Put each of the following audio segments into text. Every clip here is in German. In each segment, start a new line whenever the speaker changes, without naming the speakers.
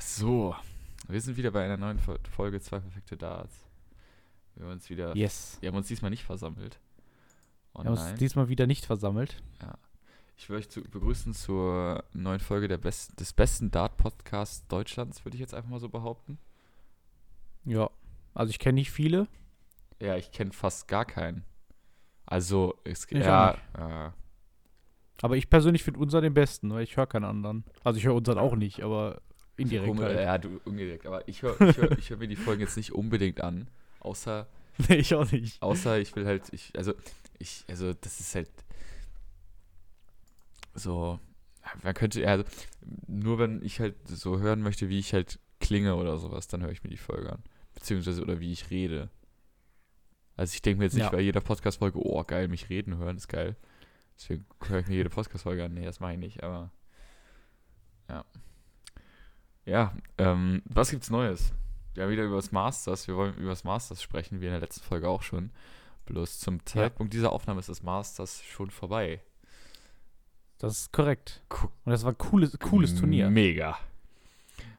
So, wir sind wieder bei einer neuen Fo- Folge Zwei perfekte Darts. Wir haben uns wieder.
Yes.
Wir haben uns diesmal nicht versammelt. Oh
Wir haben uns
nein.
diesmal wieder nicht versammelt.
Ich will euch zu begrüßen zur neuen Folge der besten, des besten Dart-Podcasts Deutschlands, würde ich jetzt einfach mal so behaupten.
Ja. Also ich kenne nicht viele.
Ja, ich kenne fast gar keinen. Also, es
Ich auch
ja, äh, ja,
Aber ich persönlich finde unseren den besten, weil ich höre keinen anderen. Also ich höre unseren auch nicht, aber indirekt
komisch-
halt.
ja, du indirekt. Aber ich höre ich hör, ich hör mir die Folgen jetzt nicht unbedingt an. Außer
Nee, ich auch nicht.
Außer ich will halt, ich, also, ich, also, das ist halt so, man könnte, ja, also, nur wenn ich halt so hören möchte, wie ich halt klinge oder sowas, dann höre ich mir die Folge an. Beziehungsweise, oder wie ich rede. Also, ich denke mir jetzt nicht
Ja.
bei jeder Podcast-Folge, oh, geil, mich reden hören, ist geil. Deswegen höre ich mir jede Podcast-Folge an. Nee, das mache ich nicht, aber, ja. Ja, ähm, was gibt's Neues? Wir haben wieder über das Masters, wir wollen über das Masters sprechen, wie in der letzten Folge auch schon. Bloß zum Zeitpunkt dieser Aufnahme ist das Masters schon vorbei.
Das ist korrekt.
Cool.
Und das war ein cooles, cooles Turnier.
Mega.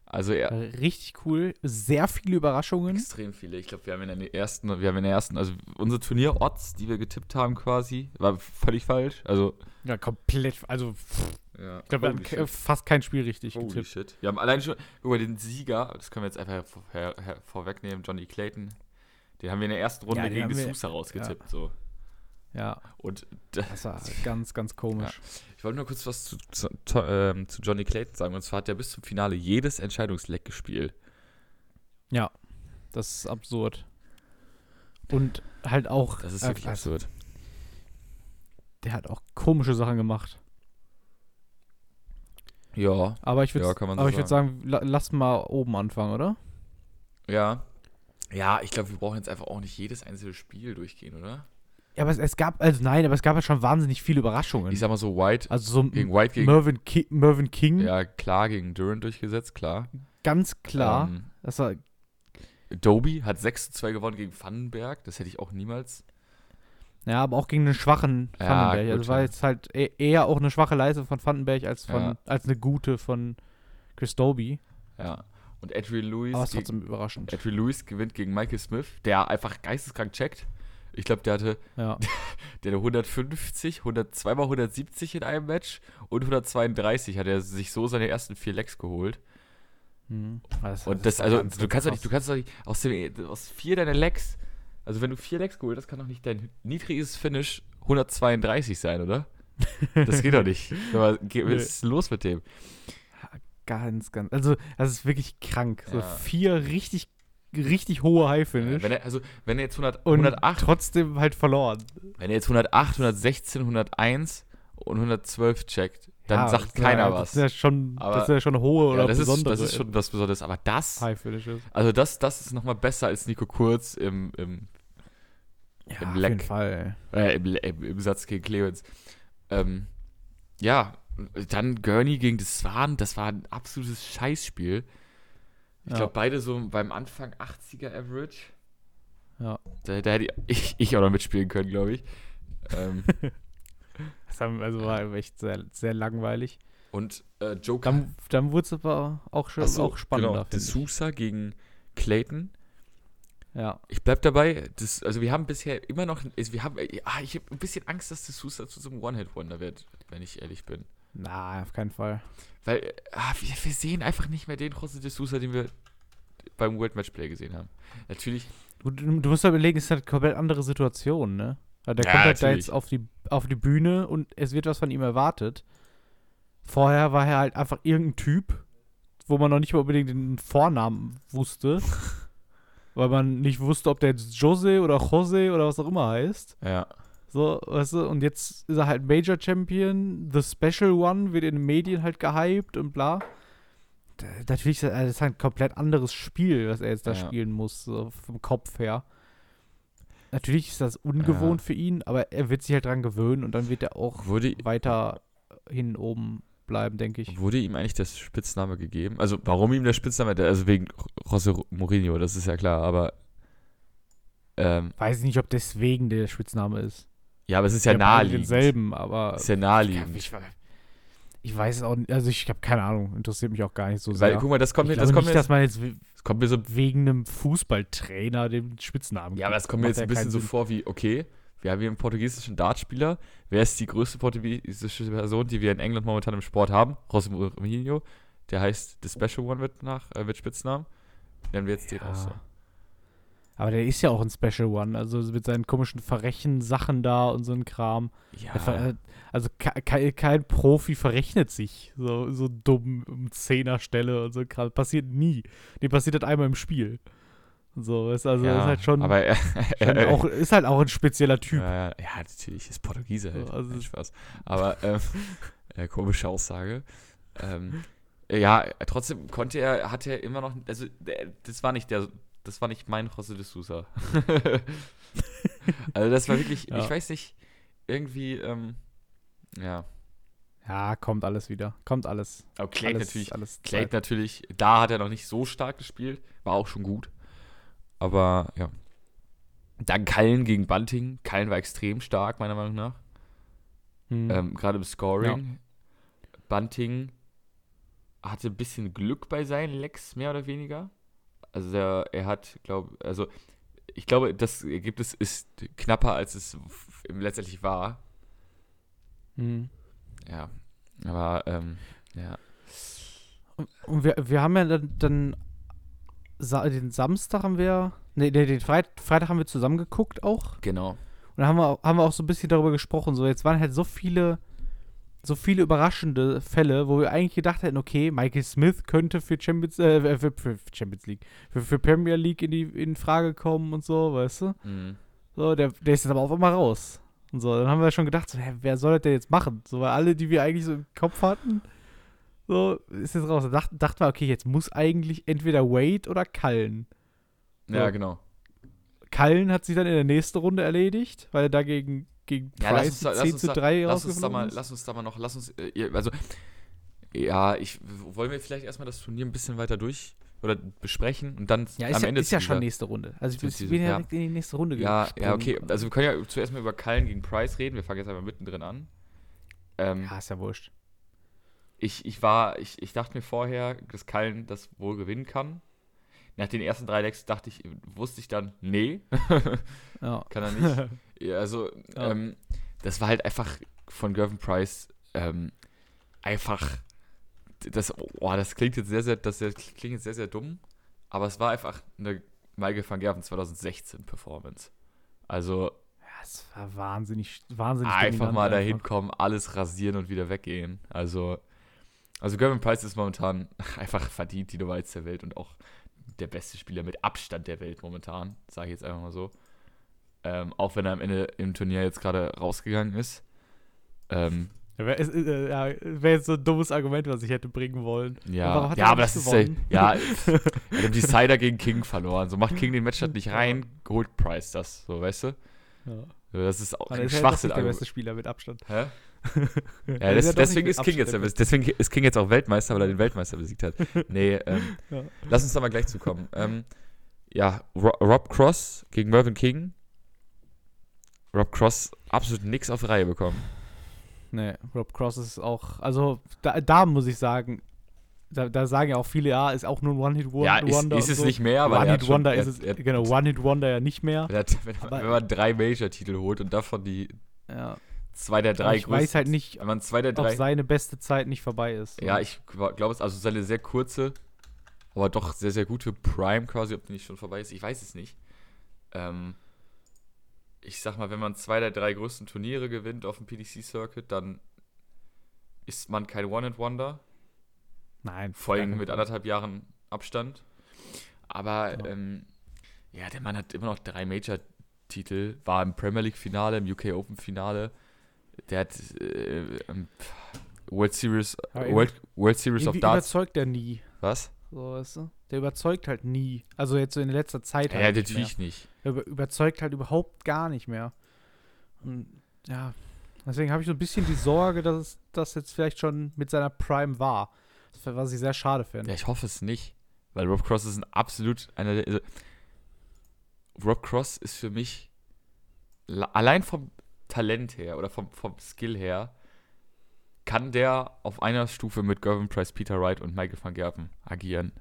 Also ja,
War Richtig cool. Sehr viele Überraschungen.
extrem viele. Ich glaube, wir haben in der ersten, wir haben in der ersten, also unsere Turnier-Odds, die wir getippt haben quasi, war völlig falsch. Also
Ja, komplett. Also pff,
ja,
ich glaube, wir hatten ke- fast kein Spiel richtig
Holy
getippt.
shit. Wir haben allein schon über den Sieger, das können wir jetzt einfach vor, her, her, vorwegnehmen, Johnny Clayton. Den haben wir in der ersten Runde
Ja, den
gegen
haben
die
wir-
Sousa rausgetippt. So.
Ja,
Und
das war ganz, ganz komisch.
Ich wollte nur kurz was zu, zu, zu, ähm, zu Johnny Clayton sagen. Und zwar hat er bis zum Finale jedes Entscheidungsleck gespielt.
Ja. Das ist absurd. Und halt auch.
Das ist
äh,
wirklich
also,
absurd.
der hat auch komische Sachen gemacht.
Ja,
Aber ich würde
Ja, kann man so
aber ich würd sagen, la, lass mal oben anfangen, oder?
ja. Ja, ich glaube, wir brauchen jetzt einfach auch nicht jedes einzelne Spiel durchgehen, oder?
Ja, aber es, es gab, also nein, aber es gab halt schon wahnsinnig viele Überraschungen.
Ich sag mal so, White
Also so
gegen
M-
White gegen.
Mervyn, Ki Mervyn King,
ja, klar, gegen Durant durchgesetzt, klar.
ganz klar.
Ähm,
das war,
Doby hat 6 zu 2 gewonnen gegen Vandenberg. Das hätte ich auch niemals.
ja, aber auch gegen einen schwachen
Ja,
Vandenberg.
gut,
also war
ja.
jetzt halt e- eher auch eine schwache Leiste von Vandenberg als von
Ja.
als eine gute von Chris Doby.
Ja. Und Adrian Lewis.
Aber es ist
gegen-
trotzdem überraschend.
Adrian Lewis gewinnt gegen Michael Smith, der einfach geisteskrank checkt. Ich glaube, der hatte
Ja.
Der hatte 150, 100, zweimal 170 in einem Match und 132 hat er sich so seine ersten vier Lecks geholt.
Mhm. Also
Und das,
war
also,
ganz,
du kannst doch nicht, du
krass.
kannst doch nicht aus, dem, aus vier deiner Lecks, also wenn du vier Lecks geholt hast, kann doch nicht dein niedriges Finish 132 sein, oder? Das geht doch nicht. Aber, ge-
Nö.
was ist los mit dem?
Ganz, ganz. Also, das ist wirklich krank. So
Ja.
vier richtig, richtig hohe High-Finish.
Wenn er, also, wenn er jetzt 100,
und
108,
trotzdem halt verloren.
wenn er jetzt 108, 116, 101 und 112 checkt, dann
Ja, das
sagt
sind ja-
keiner
Das
was.
sind ja schon,
Aber-
das sind ja schon hohe
Ja,
oder
das, ist,
besondere
das ist schon was Besonderes, aber das.
High Finishes.
Also das, das ist nochmal besser als Nico Kurz im, im,
Ja,
Im
auf
Leck.
jeden Fall.
äh, im, im, im Satz gegen Clemens. Ähm, ja, dann Gurney gegen das Swan, das war ein absolutes Scheißspiel. Ich
Ja.
glaube, beide so beim Anfang 80er Average.
Ja.
Da, da hätte ich, ich, ich auch noch mitspielen können, glaube ich. Ähm,
Das haben, also war echt sehr, sehr langweilig.
und äh, Joker.
Dann, dann wurde es aber auch, schon, auch spannender.
genau, De
finde ich.
Sousa gegen Clayton.
Ja.
Ich bleib dabei, das, also wir haben bisher immer noch, ist- wir haben, äh, ah, ich habe ein bisschen Angst, dass das Sousa zu so einem One-Hit-Wonder wird, wenn ich ehrlich bin.
Na, auf keinen Fall.
Weil äh, ah, wir, wir sehen einfach nicht mehr den José de Sousa, den wir beim World Matchplay gesehen haben. Natürlich,
Du, du du musst ja überlegen, es ist halt eine komplett andere Situation, ne? Also der
Ja,
kommt halt da
natürlich.
jetzt auf die, auf die Bühne und es wird was von ihm erwartet. Vorher war er halt einfach irgendein Typ, wo man noch nicht mal unbedingt den Vornamen wusste. weil man nicht wusste, ob der jetzt Jose oder Jose oder was auch immer heißt.
ja.
So, weißt du, und jetzt ist er halt Major Champion, The Special One, wird in den Medien halt gehypt und bla. Da, natürlich ist das- das ist halt ein komplett anderes Spiel, was er jetzt da
Ja.
spielen muss, so vom Kopf her. Natürlich ist das ungewohnt für ihn, aber er wird sich halt dran gewöhnen und dann wird er auch
Wurde,
weiter hin oben bleiben, denke ich.
wurde ihm eigentlich der Spitzname gegeben? Also, warum ihm der Spitzname, der- also wegen José Mourinho, das ist ja klar, aber ähm,
Weiß ich nicht, ob deswegen der Spitzname ist.
ja, aber es ist ja
Wir haben alle
naheliegend.
denselben, aber
Ist ja naheliegend.
ich, Ich weiß auch nicht, also ich habe keine Ahnung, interessiert mich auch gar nicht so
Weil,
sehr.
guck mal, das kommt mir,
ich
das
glaube
kommt
nicht,
mir,
dass
jetzt,
man jetzt we-
das kommt mir so,
wegen einem Fußballtrainer den Spitznamen
ja, aber das kommt mir jetzt
macht ja
ein bisschen
keinen
so
Sinn.
vor wie, okay, wir haben hier einen portugiesischen Dartspieler. Wer ist die größte portugiesische Person, die wir in England momentan im Sport haben? Rosimiro. Der heißt The Special One mit, nach, äh, mit Spitznamen. Nennen wir jetzt den auch so.
Ja. Aber der ist ja auch ein Special One, also mit seinen komischen verrechen Sachen da und so ein Kram. Er
Ja.
ver- Also ke- ke- kein Profi verrechnet sich so, so dumm um Zehnerstelle und so ein Kram. Passiert nie. Nee, passiert halt einmal im Spiel. So, ist also
ja,
ist halt schon,
Aber er,
schon auch, ist halt auch ein spezieller Typ.
Ja, ja, ja, natürlich, ist Portugiese halt.
Also
Nein,
es-
Spaß. Aber ähm, äh, komische Aussage. Ähm, ja, trotzdem konnte er, hatte er immer noch, also der, das war nicht der, das war nicht mein José de Sousa. also das war wirklich,
Ja.
ich weiß nicht, irgendwie, ähm, ja.
Ja, kommt alles wieder. Kommt alles.
Aber Clay
alles,
natürlich,
Alles
Clay natürlich, da hat er noch nicht so stark gespielt, war auch schon gut. Aber ja. Dann Kallen gegen Bunting. Kallen war extrem stark, meiner Meinung nach.
Hm.
Ähm, Gerade im Scoring. Bunting hatte ein bisschen Glück bei seinen Lecks, mehr oder weniger. Also der, er hat, glaube also ich glaube, das Ergebnis ist knapper, als es f- letztendlich war.
Hm.
Ja. Aber ähm, ja.
Und wir, wir haben ja dann, dann Sa den Samstag haben wir, nee, nee den Freit Freitag haben wir zusammen geguckt auch.
Genau.
Und da haben wir, haben wir auch so ein bisschen darüber gesprochen. So, jetzt waren halt so viele, so viele überraschende Fälle, wo wir eigentlich gedacht hätten, okay, Michael Smith könnte für Champions, äh, für, für Champions League, für, für Premier League in die in Frage kommen und so, weißt du?
Mhm.
So, der, der ist jetzt aber auf einmal raus. Und so, dann haben wir schon gedacht, so, hä, wer soll das denn jetzt machen? So, weil alle, die wir eigentlich so im Kopf hatten, so, ist jetzt raus. Da dacht, dachten wir, okay, jetzt muss eigentlich entweder Wade oder Cullen.
Ja,
Ja.
genau.
Cullen hat sich dann in der nächsten Runde erledigt, weil er da gegen, gegen
Ja, lass uns
Price
da-
mit
lass
10
uns
zu
da-
3
Lass uns da
rausgeflogen
mal,
ist.
lass uns da mal noch, lass uns, äh, ihr- also, ja, ich, w- wollen wir vielleicht erstmal das Turnier ein bisschen weiter durch oder besprechen und dann
Ja, ist, ja, ist
zu
ja schon
dieser-
nächste Runde. Also
zu
ich bin
diesem-
ja
ja.
direkt in die nächste Runde
Ja, ja,
gesprungen.
okay. Also wir können ja zuerst mal über Cullen gegen Price reden. Wir fangen jetzt einfach mittendrin an. Ähm,
ja, ist ja wurscht.
ich, ich war, ich, ich dachte mir vorher, dass Cullen das wohl gewinnen kann. Nach den ersten drei Decks dachte ich, wusste ich dann, nee,
Ja.
kann er nicht. Ja, also,
Ja.
ähm, das war halt einfach von Gervin Price ähm, einfach. Das, oh, das klingt jetzt sehr, sehr, das klingt jetzt sehr, sehr dumm, aber es war einfach eine Michael van Gerven 2016 Performance. Also
Ja, es war wahnsinnig, wahnsinnig
einfach
dominant
mal dahin
einfach.
kommen, alles rasieren und wieder weggehen. Also, also Gervin Price ist momentan einfach verdient die Nummer 1 der Welt und auch der beste Spieler mit Abstand der Welt momentan, sage ich jetzt einfach mal so. Ähm, auch wenn er am Ende im Turnier jetzt gerade rausgegangen ist. Ähm,
Ja, wär- ist- äh, ja, wäre jetzt so ein dummes Argument, was ich hätte bringen wollen. warum
ja,
hat er
ja aber das
nicht
ist ja,
gewonnen?
ja, er hat im Decider gegen King verloren. So macht King den Matchup nicht rein, holt Price das, so weißt du?
Ja.
So, Das ist auch
Man
ein
ist ja doch nicht der
Schwachsinn.
beste Spieler mit Abstand.
Hä?
Er
Ja,
ist
des,
ja doch
deswegen, ist
nicht mit
King jetzt,
Abstand
der
der
Best- deswegen ist King jetzt auch Weltmeister, weil er den Weltmeister besiegt hat. Nee, ähm,
Ja.
lass uns da mal gleich zukommen. Ähm, ja, Ro Rob Cross gegen Mervyn King. Rob Cross absolut nichts auf die Reihe bekommen.
Nee, Rob Cross ist auch, also da, da muss ich sagen, da, da sagen ja auch viele, ja, ist auch nur ein
ja,
One-Hit-Wonder.
ist,
und
ist es
so.
nicht mehr, aber er hat schon-
One-Hit-Wonder
er-
ist es,
er-
genau, One-Hit-Wonder ja nicht mehr.
er hat- Wenn,
Aber-
wenn man drei Major-Titel holt und davon die
Ja.
zwei der
Aber
drei
ich weiß halt nicht,
Wenn man zwei der
ob
drei.
seine beste Zeit nicht vorbei ist.
Ja, ich glaube es, also seine sehr kurze, aber doch sehr, sehr gute Prime quasi, ob die nicht schon vorbei ist, ich weiß es nicht. Ähm, ich sag mal, wenn man zwei der drei größten Turniere gewinnt auf dem PDC-Circuit, dann ist man kein One-and-Wonder,
Nein.
vor allem
ja,
mit anderthalb Jahren Abstand. Aber
Ja.
ähm, ja, der Mann hat immer noch drei Major-Titel, war im Premier League-Finale, im UK Open-Finale, der hat äh, ähm, World Series,
Aber irgendwie-
World, World Series of
Irgendwie
Darts.
überzeugt er nie.
Was?
So, weißt du? Der überzeugt halt nie. Also jetzt so in letzter Zeit
Ja,
halt. nicht mehr.
natürlich nicht.
Er über- überzeugt halt überhaupt gar nicht mehr. Und ja, deswegen habe ich so ein bisschen die Sorge, dass es das jetzt vielleicht schon mit seiner Prime war. Das wär- Was ich sehr schade finde.
Ja, ich hoffe es nicht. Weil Rob Cross ist ein absolut einer der. Also, Rob Cross ist für mich la- allein vom Talent her oder vom, vom Skill her kann der auf einer Stufe mit Gervin Price, Peter Wright und Michael van Gerven agieren?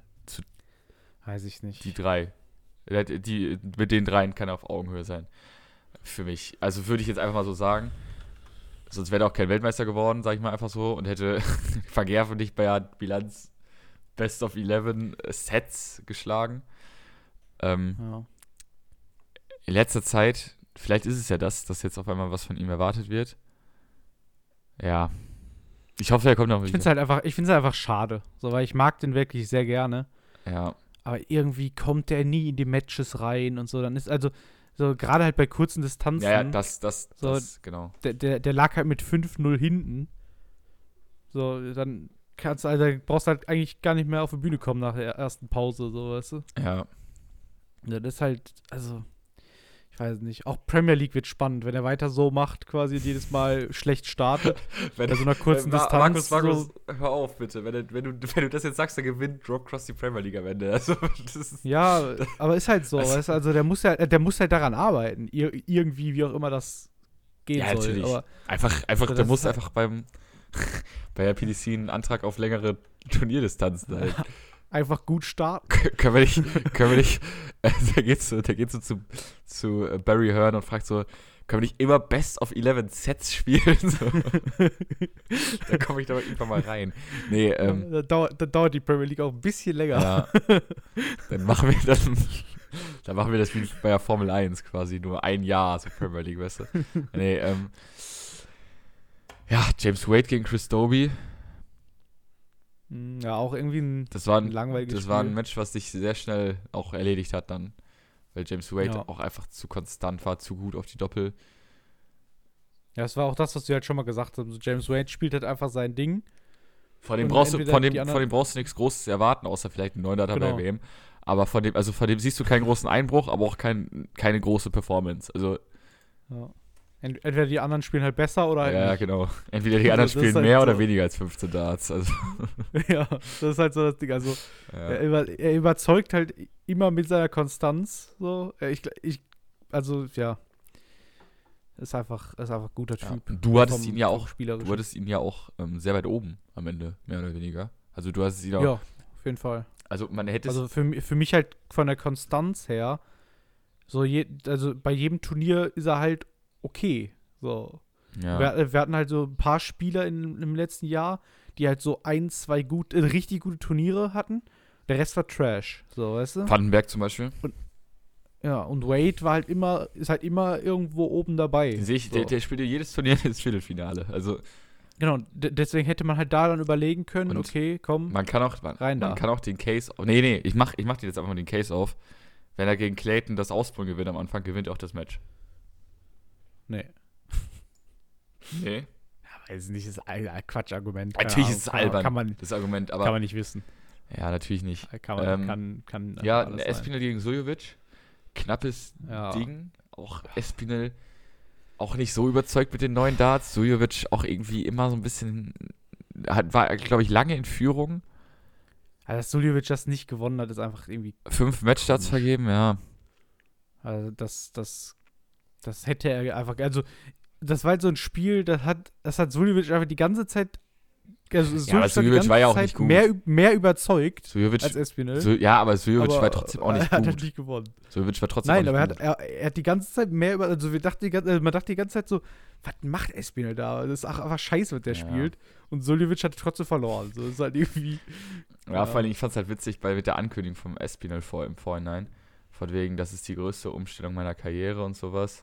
Weiß ich nicht.
Die drei. Der- Die, mit den dreien kann er auf Augenhöhe sein. Für mich. Also würde ich jetzt einfach mal so sagen. Sonst wäre er auch kein Weltmeister geworden, sag ich mal einfach so, und hätte Van Gerven nicht bei der Bilanz Best of 11 Sets geschlagen. Ähm,
ja.
in letzter Zeit, vielleicht ist es ja das, dass jetzt auf einmal was von ihm erwartet wird. Ja. Ich hoffe, er kommt noch
Ich finde es halt einfach, ich find's halt einfach schade. So, weil ich mag den wirklich sehr gerne.
Ja,
Aber irgendwie kommt der nie in die Matches rein und so. Dann ist also, so gerade halt bei kurzen Distanzen,
ja, ja das, das,
So.
das, genau.
der, der, der lag halt mit 5-0 hinten. So, dann kannst du, also dann brauchst du halt eigentlich gar nicht mehr auf die Bühne kommen nach der ersten Pause, so weißt du.
Ja,
Ja, das ist halt, also, ich weiß nicht. Auch Premier League wird spannend, wenn er weiter so macht, quasi und jedes Mal schlecht startet.
Wenn-
bei so einer kurzen
Äh, Ma-
Distanz.
Markus, Markus,
So,
hör auf bitte. Wenn, du- wenn, du, wenn du das jetzt sagst, dann gewinnt Rob Cross die Premier League am Ende. Also, das ist,
ja, aber ist halt so,
Also-
weißt du, also der muss ja, der muss halt daran arbeiten. Ir irgendwie, wie auch immer das gehen
Ja,
soll.
natürlich.
Aber
einfach, einfach,
Das
der
ist
muss
halt-
einfach beim bei der PDC einen Antrag auf längere Turnierdistanzen halt.
einfach gut starten.
K- können wir nicht, können wir nicht, äh, der geht so, der geht so zu, zu äh, Barry Hearn und fragt so, können wir nicht immer Best of 11 Sets spielen? So. da komme ich doch irgendwann mal rein. Nee, ähm,
da, dauert, da dauert die Premier League auch ein bisschen länger.
Ja. dann machen wir das. Dann machen wir das wie bei der Formel 1 quasi, nur ein Jahr so Premier League, weißt du? Nee, ähm. Ja, James Wade gegen Chris Doby,
Hm, ja, auch irgendwie ein,
das war
ein
ein,
langweiliges
das war ein
Spiel.
Match, was sich sehr schnell auch erledigt hat dann. Weil James Wade
Ja.
auch einfach zu konstant war, zu gut auf die Doppel.
Ja, es war auch das, was du halt schon mal gesagt hast. So James Wade spielt halt einfach sein Ding.
Von dem,
Und
brauchst du,
entweder
von,
die
dem,
anderen-
von dem brauchst du nichts Großes erwarten, außer vielleicht einen 9er bei
Genau.
WM. Aber von dem, also von dem siehst du keinen großen Einbruch, aber auch kein, keine große Performance. Also
Ja. Ent entweder die anderen spielen halt besser oder halt
Ja,
nicht.
genau. Entweder die
Also,
anderen
das
spielen
ist halt
mehr
so.
oder weniger als 15 Darts. Also,
ja, das ist halt so das Ding. Also
ja.
er, über er überzeugt halt immer mit seiner Konstanz. So. Ja, Ich, gl- ich, also ja, ist einfach, ist einfach ein guter
Ja.
Typ.
Du hattest
Vom-
ihn ja
vom
auch,
spielerisch.
du hattest ihn ja auch ähm, sehr weit oben am Ende, mehr oder weniger. Also du hattest ihn auch,
ja, auf jeden Fall.
also man hätte es-
Also für, mi- für mich halt von der Konstanz her, so je, also bei jedem Turnier ist er halt okay. So.
ja,
Wir, wir hatten halt so ein paar Spieler in, im letzten Jahr, die halt so ein, zwei gut, äh, richtig gute Turniere hatten. Der Rest war Trash, so weißt du?
Vandenberg zum Beispiel,
Ja, und Wade war halt immer, ist halt immer irgendwo oben dabei.
den sehe ich,
so.
der, der spielt ja jedes Turnier ins Viertelfinale. Also
Genau, de- deswegen hätte man halt da dann überlegen können,
Und
okay, komm.
man kann auch, man,
Rein
man
da.
kann auch den Case, nee, nee, ich mach, ich mach dir jetzt einfach mal den Case auf. Wenn er gegen Clayton das Ausbrunnen gewinnt am Anfang, gewinnt er auch das Match.
Nee.
Nee,
Weiß nicht, ist ein Quatschargument.
äh, Keine Natürlich Ahnung, ist es kann- albern. kann
man,
das Argument, aber
nicht wissen.
ja, natürlich nicht.
Kann
man- Ähm,
kann, kann
Ja, Espinel gegen Sojovic, knappes
Ja.
Ding. Auch Espinel auch nicht so überzeugt mit den neuen Darts. Sojovic auch irgendwie immer so ein bisschen, hat, war, glaube ich, lange in Führung.
Also, dass Suljovic das nicht gewonnen hat, ist einfach irgendwie.
Fünf Matchstarts
Komisch.
vergeben, ja.
Also, das, das, das hätte er einfach. Also, das war halt so ein Spiel, das hat, das hat Suljovic einfach die ganze Zeit. Also,
Ja, aber
Suljovic hat die
Suljovic
ganze
war ja auch
Zeit
nicht gut.
Mehr, üb- mehr überzeugt als
Sojovic,
Espinel.
so, ja, aber Sojovic
Also, ne? aber
war trotzdem auch nicht
er hat halt
gut.
nicht gewonnen.
Sojovic war trotzdem
Nein,
auch
aber
nicht
er
gut.
hat, er, er hat die ganze Zeit mehr über. Also wir dachten die ganze, also man dachte die ganze Zeit so, was macht Espinel da? Das ist auch einfach scheiße, was der
Ja.
spielt. Und Suljovic hat trotzdem verloren. So ist halt irgendwie.
Ja,
Ja.
vor allem, ich fand es halt witzig bei, mit der Ankündigung vom Espinel vor, im Vorhinein. Von wegen, das ist die größte Umstellung meiner Karriere und sowas.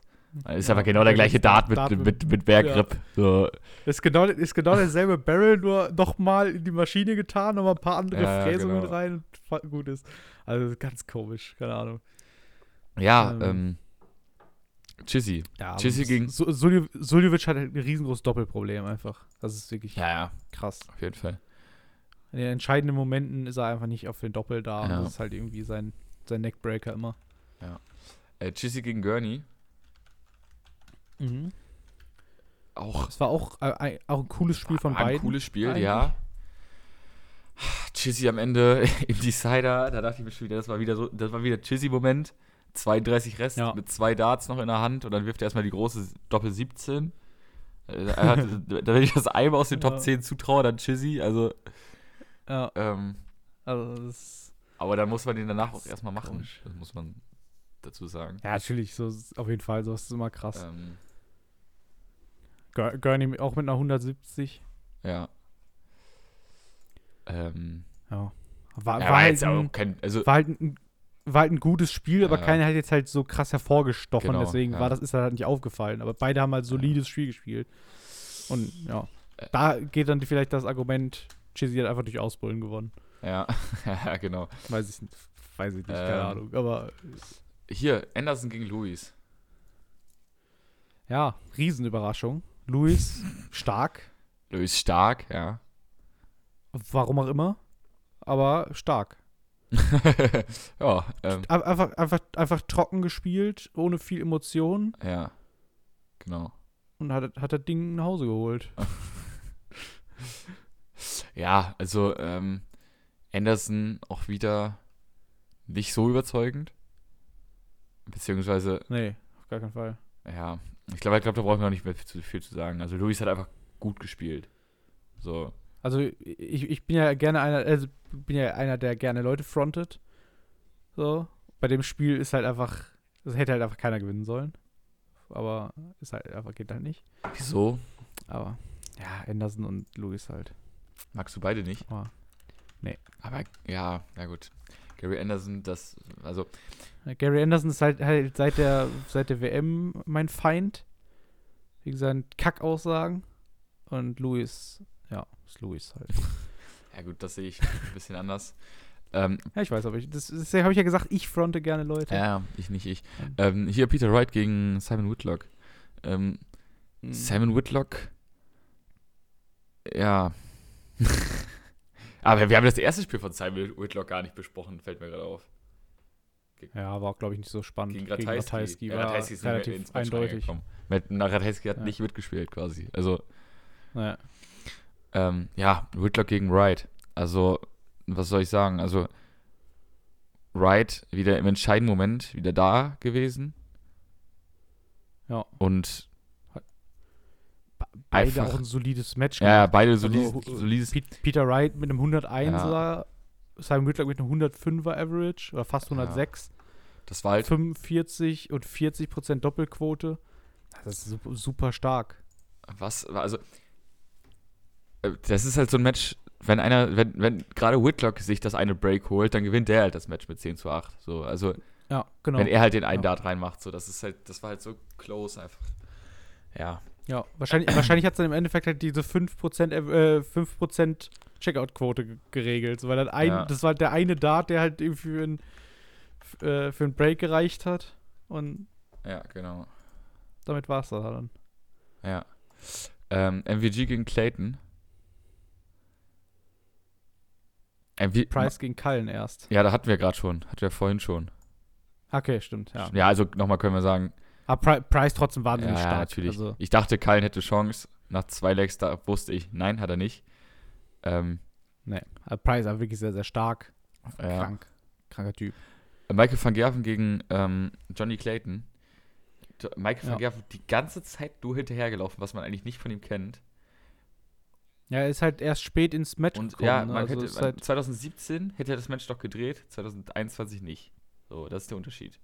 Ist
Ja,
aber genau der
das
gleiche
ist
Dart mit,
Dart
mit,
mit-
mit, Bergrip. So,
Ist genau, ist genau derselbe Barrel, nur nochmal in die Maschine getan, nochmal ein paar andere
Ja,
Fräsungen
genau.
rein und fa- gut ist. Also ganz komisch, keine Ahnung.
ja,
Ähm.
ähm, Chizzy.
Ja,
Chizzy gegen-
Su- Suljo- Suljovic hat halt ein riesengroßes Doppelproblem einfach. Das ist wirklich
Ja, ja,
krass.
auf jeden Fall.
In den entscheidenden Momenten ist er einfach nicht auf den Doppel
Ja.
da. Und das ist halt irgendwie sein, sein Neckbreaker immer.
Äh, Chizzy gegen Gurney.
Mhm.
Auch,
Es war auch, äh, ein, auch ein cooles Spiel von
war ein
beiden.
cooles Spiel,
eigentlich.
ja. Chizzy am Ende im Decider, da dachte ich mir schon wieder, das war wieder so, das war wieder Chizzy-Moment. 32 Rest
Ja.
mit zwei Darts noch in der Hand und dann wirft er erstmal die große Doppel 17. Äh, er hat- da wenn ich das einmal aus den Top
Ja.
10 zutraue, dann Chizzy. Also,
Ja,
ähm,
also das ist,
aber dann muss man den danach auch
ist
erstmal machen.
komisch.
Das muss man dazu sagen.
Ja, natürlich, so ist auf jeden Fall, sowas ist immer krass.
Ähm,
Gör- Gurney auch mit einer 170.
ja. Ähm,
Ja. War,
ja,
war,
aber
halt
jetzt auch
ein,
kein, also,
war, halt ein, war halt ein gutes Spiel, aber
Ja.
keiner hat jetzt halt so krass hervorgestochen,
Genau,
deswegen
ja.
war das ist halt nicht aufgefallen. Aber beide haben halt solides Spiel gespielt. Und ja,
Äh.
da geht dann vielleicht das Argument, Chizzy hat einfach durch Ausbullen gewonnen.
ja, ja, genau.
Weiß ich nicht, weiß ich nicht,
Ähm.
keine Ahnung. Aber
Hier, Anderson gegen Luis.
ja, Riesenüberraschung. Luis, stark.
Luis stark, ja.
Warum auch immer. Aber stark.
ja, ähm,
Ein- Einfach, einfach, einfach trocken gespielt, ohne viel Emotion
ja. Genau.
und hat, hat das Ding nach Hause geholt.
Ja, also ähm, Anderson auch wieder nicht so überzeugend. Beziehungsweise,
Nee, auf gar keinen Fall.
ja, ich glaube, ich glaub, da brauchen wir auch nicht mehr zu viel zu sagen. Also Luis hat einfach gut gespielt. So,
Also ich, ich bin ja gerne einer, also bin ja einer, der gerne Leute frontet. So. Bei dem Spiel ist halt einfach, das hätte halt einfach keiner gewinnen sollen. Aber ist halt einfach, geht halt nicht.
wieso?
Aber ja, Anderson und Lewis halt.
Magst du beide nicht?
Aber,
Aber ja, na gut. Gary Anderson, das, also,
Gary Anderson ist halt, halt seit der seit der WM mein Feind. Wie gesagt, Kackaussagen. Und Luis, ja, ist Luis halt.
ja gut, das sehe ich ein bisschen anders. Ähm,
Ja, ich weiß, aber ich, das, deswegen habe ich ja gesagt, ich fronte gerne Leute.
ja, ich nicht, ich.
Ähm.
Ähm, hier Peter Wright gegen Simon Whitlock. Ähm,
Mhm.
Simon Whitlock. Ja. Aber wir haben das erste Spiel von Simon Whitlock gar nicht besprochen, fällt mir gerade auf.
Ja, war auch, glaube ich, nicht so spannend.
Gegen Ratajski.
Ratajski war relativ eindeutig.
Ratajski hat
Ja.
nicht mitgespielt quasi. Also,
Naja.
ähm, ja, Whitlock gegen Wright. Also, was soll ich sagen? Also, Wright wieder im entscheidenden Moment wieder da gewesen.
Ja.
Und
Beide
Einfach-
auch ein solides Match.
ja, ja,
gemacht.
beide solid,
Also, hu-
solides.
Pe- Peter Wright mit einem 101er, Simon Whitlock mit einem 105er Average oder fast
Ja.
106,
Das war halt
45 und 40 Prozent Doppelquote. Das ist super, super stark.
Was, also, äh, das ist halt so ein Match, wenn einer, wenn, wenn gerade Whitlock sich das eine Break holt, dann gewinnt der halt das Match mit 10 zu 8. So, also,
Ja, genau.
wenn er halt den einen
Ja.
Dart reinmacht, so, das ist halt, das war halt so close einfach. Ja,
Ja, wahrscheinlich, wahrscheinlich hat es dann im Endeffekt halt diese 5%, Ev- äh, 5 Checkout-Quote ge- geregelt. So, weil dann ein,
Ja.
das war der eine Dart, der halt irgendwie für einen äh, für einen Break gereicht hat. Und
ja, genau.
damit war es dann. halt dann.
Ja. Ähm, MVG gegen Clayton. MV
Price gegen Cullen erst. Ah,
Ja, da hatten wir gerade schon. Hatten wir vorhin schon.
Okay, stimmt, ja.
Ja, also nochmal können wir sagen,
Aber Pri Price trotzdem wahnsinnig
ja,
stark.
natürlich.
Also,
Ich dachte, Kallen hätte Chance. Nach zwei Legs da wusste ich, nein, hat er nicht. Ähm,
nee. Aber Price war wirklich sehr, sehr stark.
ja.
Krank. Kranker Typ.
Michael van Gerven gegen ähm, Johnny Clayton. Jo Michael van
Ja.
Gerven die ganze Zeit nur hinterhergelaufen, was man eigentlich nicht von ihm kennt.
Ja, er ist halt erst spät ins Match
Und
gekommen.
ja,
ne?
man
also
hätte,
ist
man,
halt,
2017 hätte er das Match doch gedreht, 2021 nicht. So, das ist der Unterschied.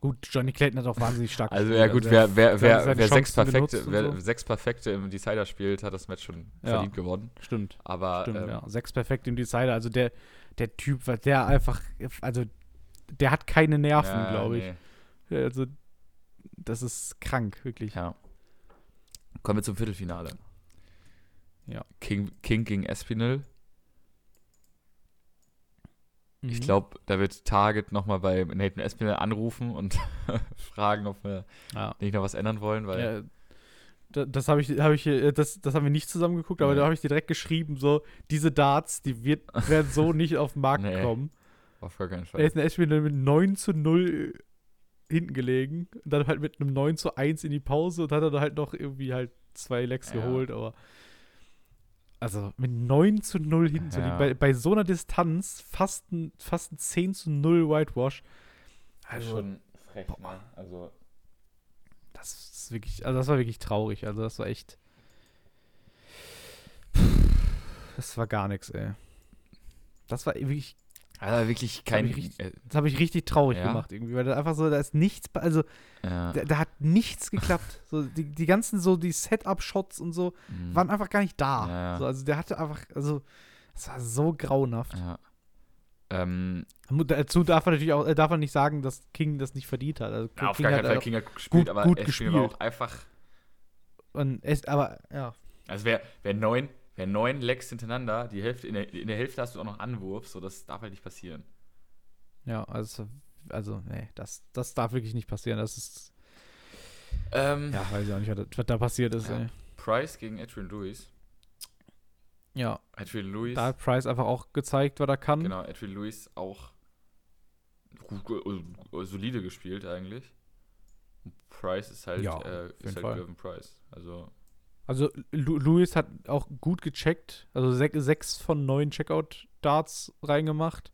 gut, Johnny Clayton hat auch wahnsinnig stark
Also
gespielt.
ja gut, wer, wer,
wer-
wer,
seine
wer, sechs,
Chancen genutzt
perfekte,
und
wer
so.
sechs Perfekte im Decider spielt, hat das Match schon
Ja.
verdient gewonnen.
er- Stimmt.
Aber
Stimmt,
ähm,
ja. Sechs perfekt im Decider. Also der, der Typ, was der einfach, also der hat keine Nerven,
ja,
glaube ich.
nee.
Also das ist krank, wirklich.
Ja. Kommen wir zum Viertelfinale.
Ja.
King, King gegen Espinel. Ich
Mhm.
glaube, da wird Target nochmal bei Nathan Espinel anrufen und fragen, ob wir
Ja.
nicht noch was ändern wollen, weil
Ja, da- das habe ich, habe ich, äh, das, das haben wir nicht zusammengeguckt, aber
Nee.
da habe ich dir direkt geschrieben, so, diese Darts, die wird, werden so nicht auf den Markt
Nee.
kommen.
auf gar keinen
Er
Fall.
ist in Ashby mit 9 zu 0 hinten gelegen. Und dann halt mit einem 9 zu 1 in die Pause und hat dann halt noch irgendwie halt zwei Lecks
Ja.
geholt, aber. Also mit 9 zu 0 hinten zu liegen,
Ja.
bei, bei so einer Distanz fast ein, fast ein 10 zu 0 Whitewash. Also,
frech, ne? Also
Das ist wirklich, also das war wirklich traurig. Also das war echt. Das war gar nichts, ey. Das war wirklich,
Hat er wirklich
hab
kein.
ich richtig-
äh,
das habe ich richtig traurig
Ja?
gemacht irgendwie, weil da einfach so, da ist nichts, bei- also
ja,
da, da hat nichts geklappt. So, die, die ganzen so, die Setup-Shots und so,
mm,
waren einfach gar nicht da.
Ja, ja.
So, also der hatte einfach, also, das war so grauenhaft.
ja. Ähm,
Mu- Dazu darf man natürlich auch, äh, darf man nicht sagen, dass King das nicht verdient hat. Also
auf
King
gar
hat
keinen Fall
auch-
King hat gespielt, aber
gut
Ashby war
gespielt.
auch einfach.
Und es, aber, ja.
Also wer, wer neun, wer neun Lecks hintereinander, die Hälfte, in der, in der Hälfte hast du auch noch Anwurf, so das darf halt nicht passieren.
Ja, also, also nee, das, das darf wirklich nicht passieren. Das ist,
Ähm,
ja, weiß ich auch nicht, was, da- was da passiert ist.
Ja.
Ey.
Price gegen Adrian Lewis.
ja
Adrian Lewis.
da hat Price einfach auch gezeigt, was er kann.
Genau, Adrian Lewis auch gut, ge- äh, solide gespielt eigentlich. Price ist halt,
Ja,
äh,
auf jeden
ist halt
Fall.
Gervin Price. Also,
Also, Lu Lewis hat auch gut gecheckt. Also, sech, sechs von neun Checkout-Darts reingemacht.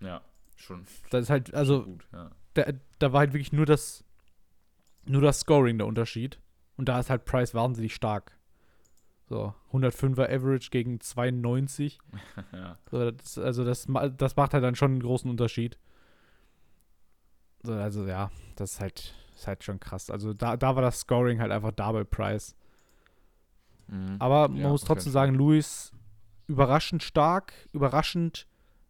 ja, schon
Das ist halt, also,
gut, ja.
da, da war halt wirklich nur das, nur das Scoring der Unterschied. Und da ist halt Price wahnsinnig stark. So, 105er Average gegen 92.
ja.
So, das, also das, ma- das macht halt dann schon einen großen Unterschied. So, also ja, das ist halt, ist halt schon krass. Also da, da war das Scoring halt einfach da bei Price.
Mhm.
Aber man
Ja,
muss
auf
trotzdem
jeden
sagen, Luis überraschend stark, überraschend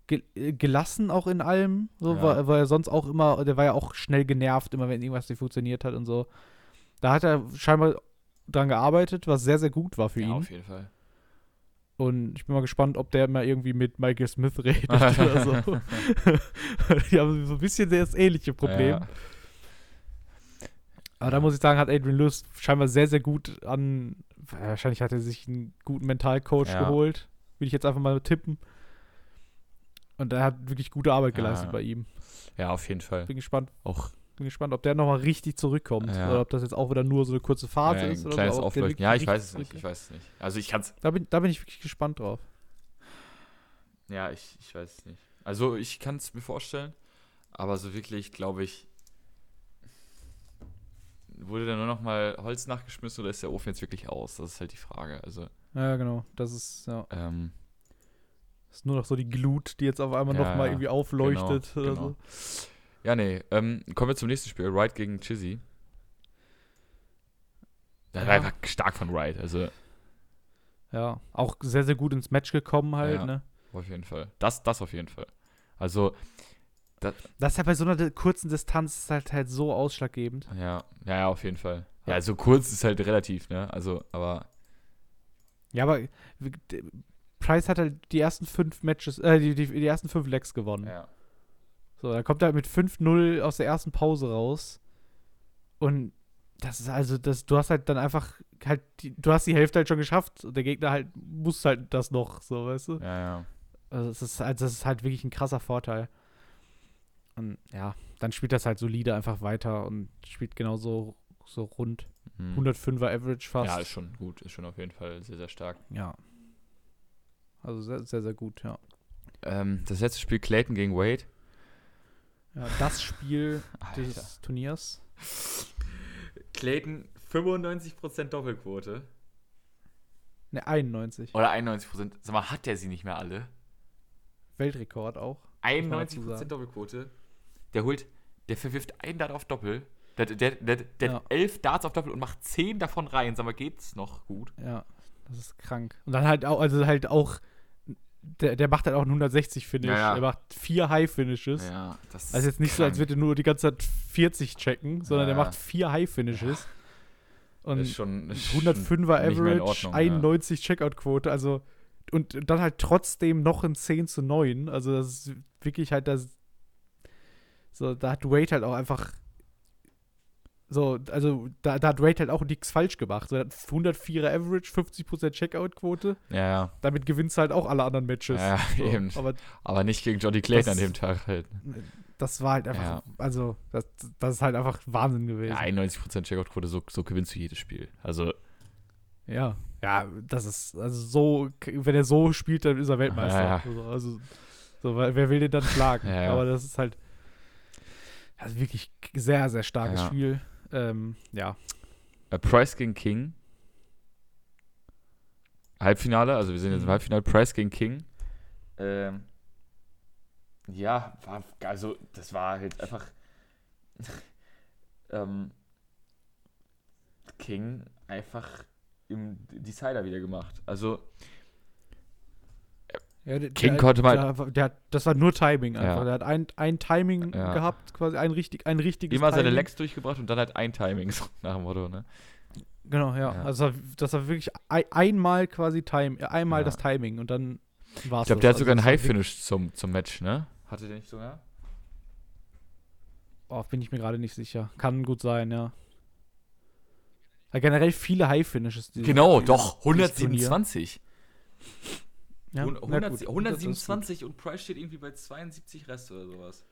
ge äh, gelassen auch in allem. So,
Ja.
war, war er sonst auch immer, der war ja auch schnell genervt, immer wenn irgendwas nicht funktioniert hat und so. Da hat er scheinbar dran gearbeitet, was sehr, sehr gut war für
ja,
ihn.
auf jeden Fall.
Und ich bin mal gespannt, ob der mal irgendwie mit Michael Smith redet oder so. Die haben so ein bisschen das ähnliche Problem.
Ja.
Aber da muss ich sagen, hat Adrian Lewis scheinbar sehr, sehr gut an. Wahrscheinlich hat er sich einen guten Mentalcoach
Ja.
geholt. Will ich jetzt einfach mal tippen. Und er hat wirklich gute Arbeit
Ja.
geleistet bei ihm.
ja, auf jeden Fall.
Bin gespannt,
Auch
bin gespannt, ob der nochmal richtig zurückkommt.
Ja.
Oder ob das jetzt auch wieder nur so eine kurze Phase
äh,
ist.
ein
Oder
kleines
so, aber ob der
Aufleuchten.
wirklich
Ja, ich
richtig ne?
weiß es nicht, ich weiß es nicht. Also ich kann's,
zurückkommt. Da bin, da bin ich wirklich gespannt drauf.
ja, ich, ich weiß es nicht. Also ich kann es mir vorstellen, aber so wirklich, glaube ich, wurde da nur noch mal Holz nachgeschmissen oder ist der Ofen jetzt wirklich aus? Das ist halt die Frage. Also,
Ja, genau. Das ist, ja.
ähm,
ist nur noch so die Glut, die jetzt auf einmal
Ja,
noch nochmal
ja.
irgendwie aufleuchtet
Genau,
oder
genau.
so.
Ja, nee. Ähm, kommen wir zum nächsten Spiel. Wright gegen Chizzy. Da
Ja.
war einfach stark von Wright, also
Ja, auch sehr, sehr gut ins Match gekommen halt,
Ja.
ne?
auf jeden Fall. Das, das auf jeden Fall. Also, das,
Das ist halt bei so einer di- kurzen Distanz ist halt halt so ausschlaggebend.
ja, ja, ja, auf jeden Fall. Ja,
Ja.
so kurz ist halt relativ, ne? Also, aber
Ja, aber w- d- Price hat halt die ersten fünf Matches, äh, die, die, die ersten fünf Legs gewonnen.
ja.
So, da kommt er halt mit 5-0 aus der ersten Pause raus. Und das ist also, das, du hast halt dann einfach halt, die, du hast die Hälfte halt schon geschafft und der Gegner halt muss halt das noch, so, weißt du?
Ja, ja.
Also es ist, also es ist halt wirklich ein krasser Vorteil. Und ja, dann spielt das halt solide einfach weiter und spielt genauso so rund.
Hm.
105er Average fast.
Ja, ist schon gut. Ist schon auf jeden Fall sehr, sehr stark.
Ja. Also sehr, sehr, sehr gut, ja.
Ähm, das letzte Spiel Clayton gegen Wade.
ja das Spiel
Alter.
des Turniers.
Clayton 95% Doppelquote.
Ne, 91.
Oder 91%. Sag mal, hat der sie nicht mehr alle?
Weltrekord auch. Muss man dazu
91%
sagen.
Doppelquote. Der holt, der verwirft einen Dart auf Doppel. Der, der, der, der
Ja.
hat elf Darts auf Doppel und macht zehn davon rein. Sag mal, geht's noch gut?
Ja, das ist krank. Und dann halt auch, also halt auch, der, der macht halt auch einen 160-Finish.
Ja, ja.
Er macht vier High-Finishes.
Ja, das
Also jetzt nicht so, als würde er nur die ganze Zeit 40 checken, sondern
Ja,
er
ja.
macht vier High-Finishes. Und
ist schon, ist
105er
schon Hm, nicht mehr in
Average,
Ordnung, ja.
91 Checkout-Quote, also und dann halt trotzdem noch ein 10 zu 9. Also das ist wirklich halt das. So, da hat Wade halt auch einfach. So, also da, da hat Wade halt auch nichts falsch gemacht. So, er hat 104er Average, 50% Checkout-Quote.
Ja, ja.
Damit gewinnst du halt auch alle anderen Matches.
Ja,
so.
eben.
Aber
Aber nicht gegen Johnny Clayton an
Das-
dem Tag halt.
das war halt einfach.
Ja.
Also, das, das ist halt einfach Wahnsinn gewesen.
Ja, 91% Checkout-Quote, so, so gewinnst du jedes Spiel. Also,
Ja. Ja, das ist, also so, wenn er so spielt, dann ist er Weltmeister.
Ja, ja.
Also, also so, weil- wer will den dann schlagen?
Ja, ja.
Aber das ist halt also wirklich sehr, sehr starkes
Ja.
Spiel. Ähm, ja.
Äh, Price gegen King. Halbfinale, also wir sind jetzt im
Mhm.
Halbfinale. Price gegen King. Ähm, ja, war, also das war halt einfach. ähm, King einfach im Decider wieder gemacht. Also
ja der,
King konnte mal-
Der, der, hat- das war nur Timing einfach.
Ja.
Der hat ein, ein Timing
Ja.
gehabt, quasi ein, richtig, ein richtiges
immer seine
Timing.
Lecks durchgebracht und dann halt ein Timing, so nach dem Motto, ne?
Genau, ja.
Ja.
Also das war- das war wirklich ei- einmal quasi Time, äh, einmal
Ja.
das Timing und dann Also, war es.
Ich glaube, der hat sogar einen High-Finish zum, zum Match, ne? Hatte der nicht sogar?
Oh, bin ich mir gerade nicht sicher. Kann gut sein, ja. ja generell viele High Finishes. dieses-
Genau,
dieses-
doch,
dieses
127.
Turnier. Ja,
Hun-
na
100,
gut, das ist gut.
127 und Price steht irgendwie bei 72 Rest oder sowas.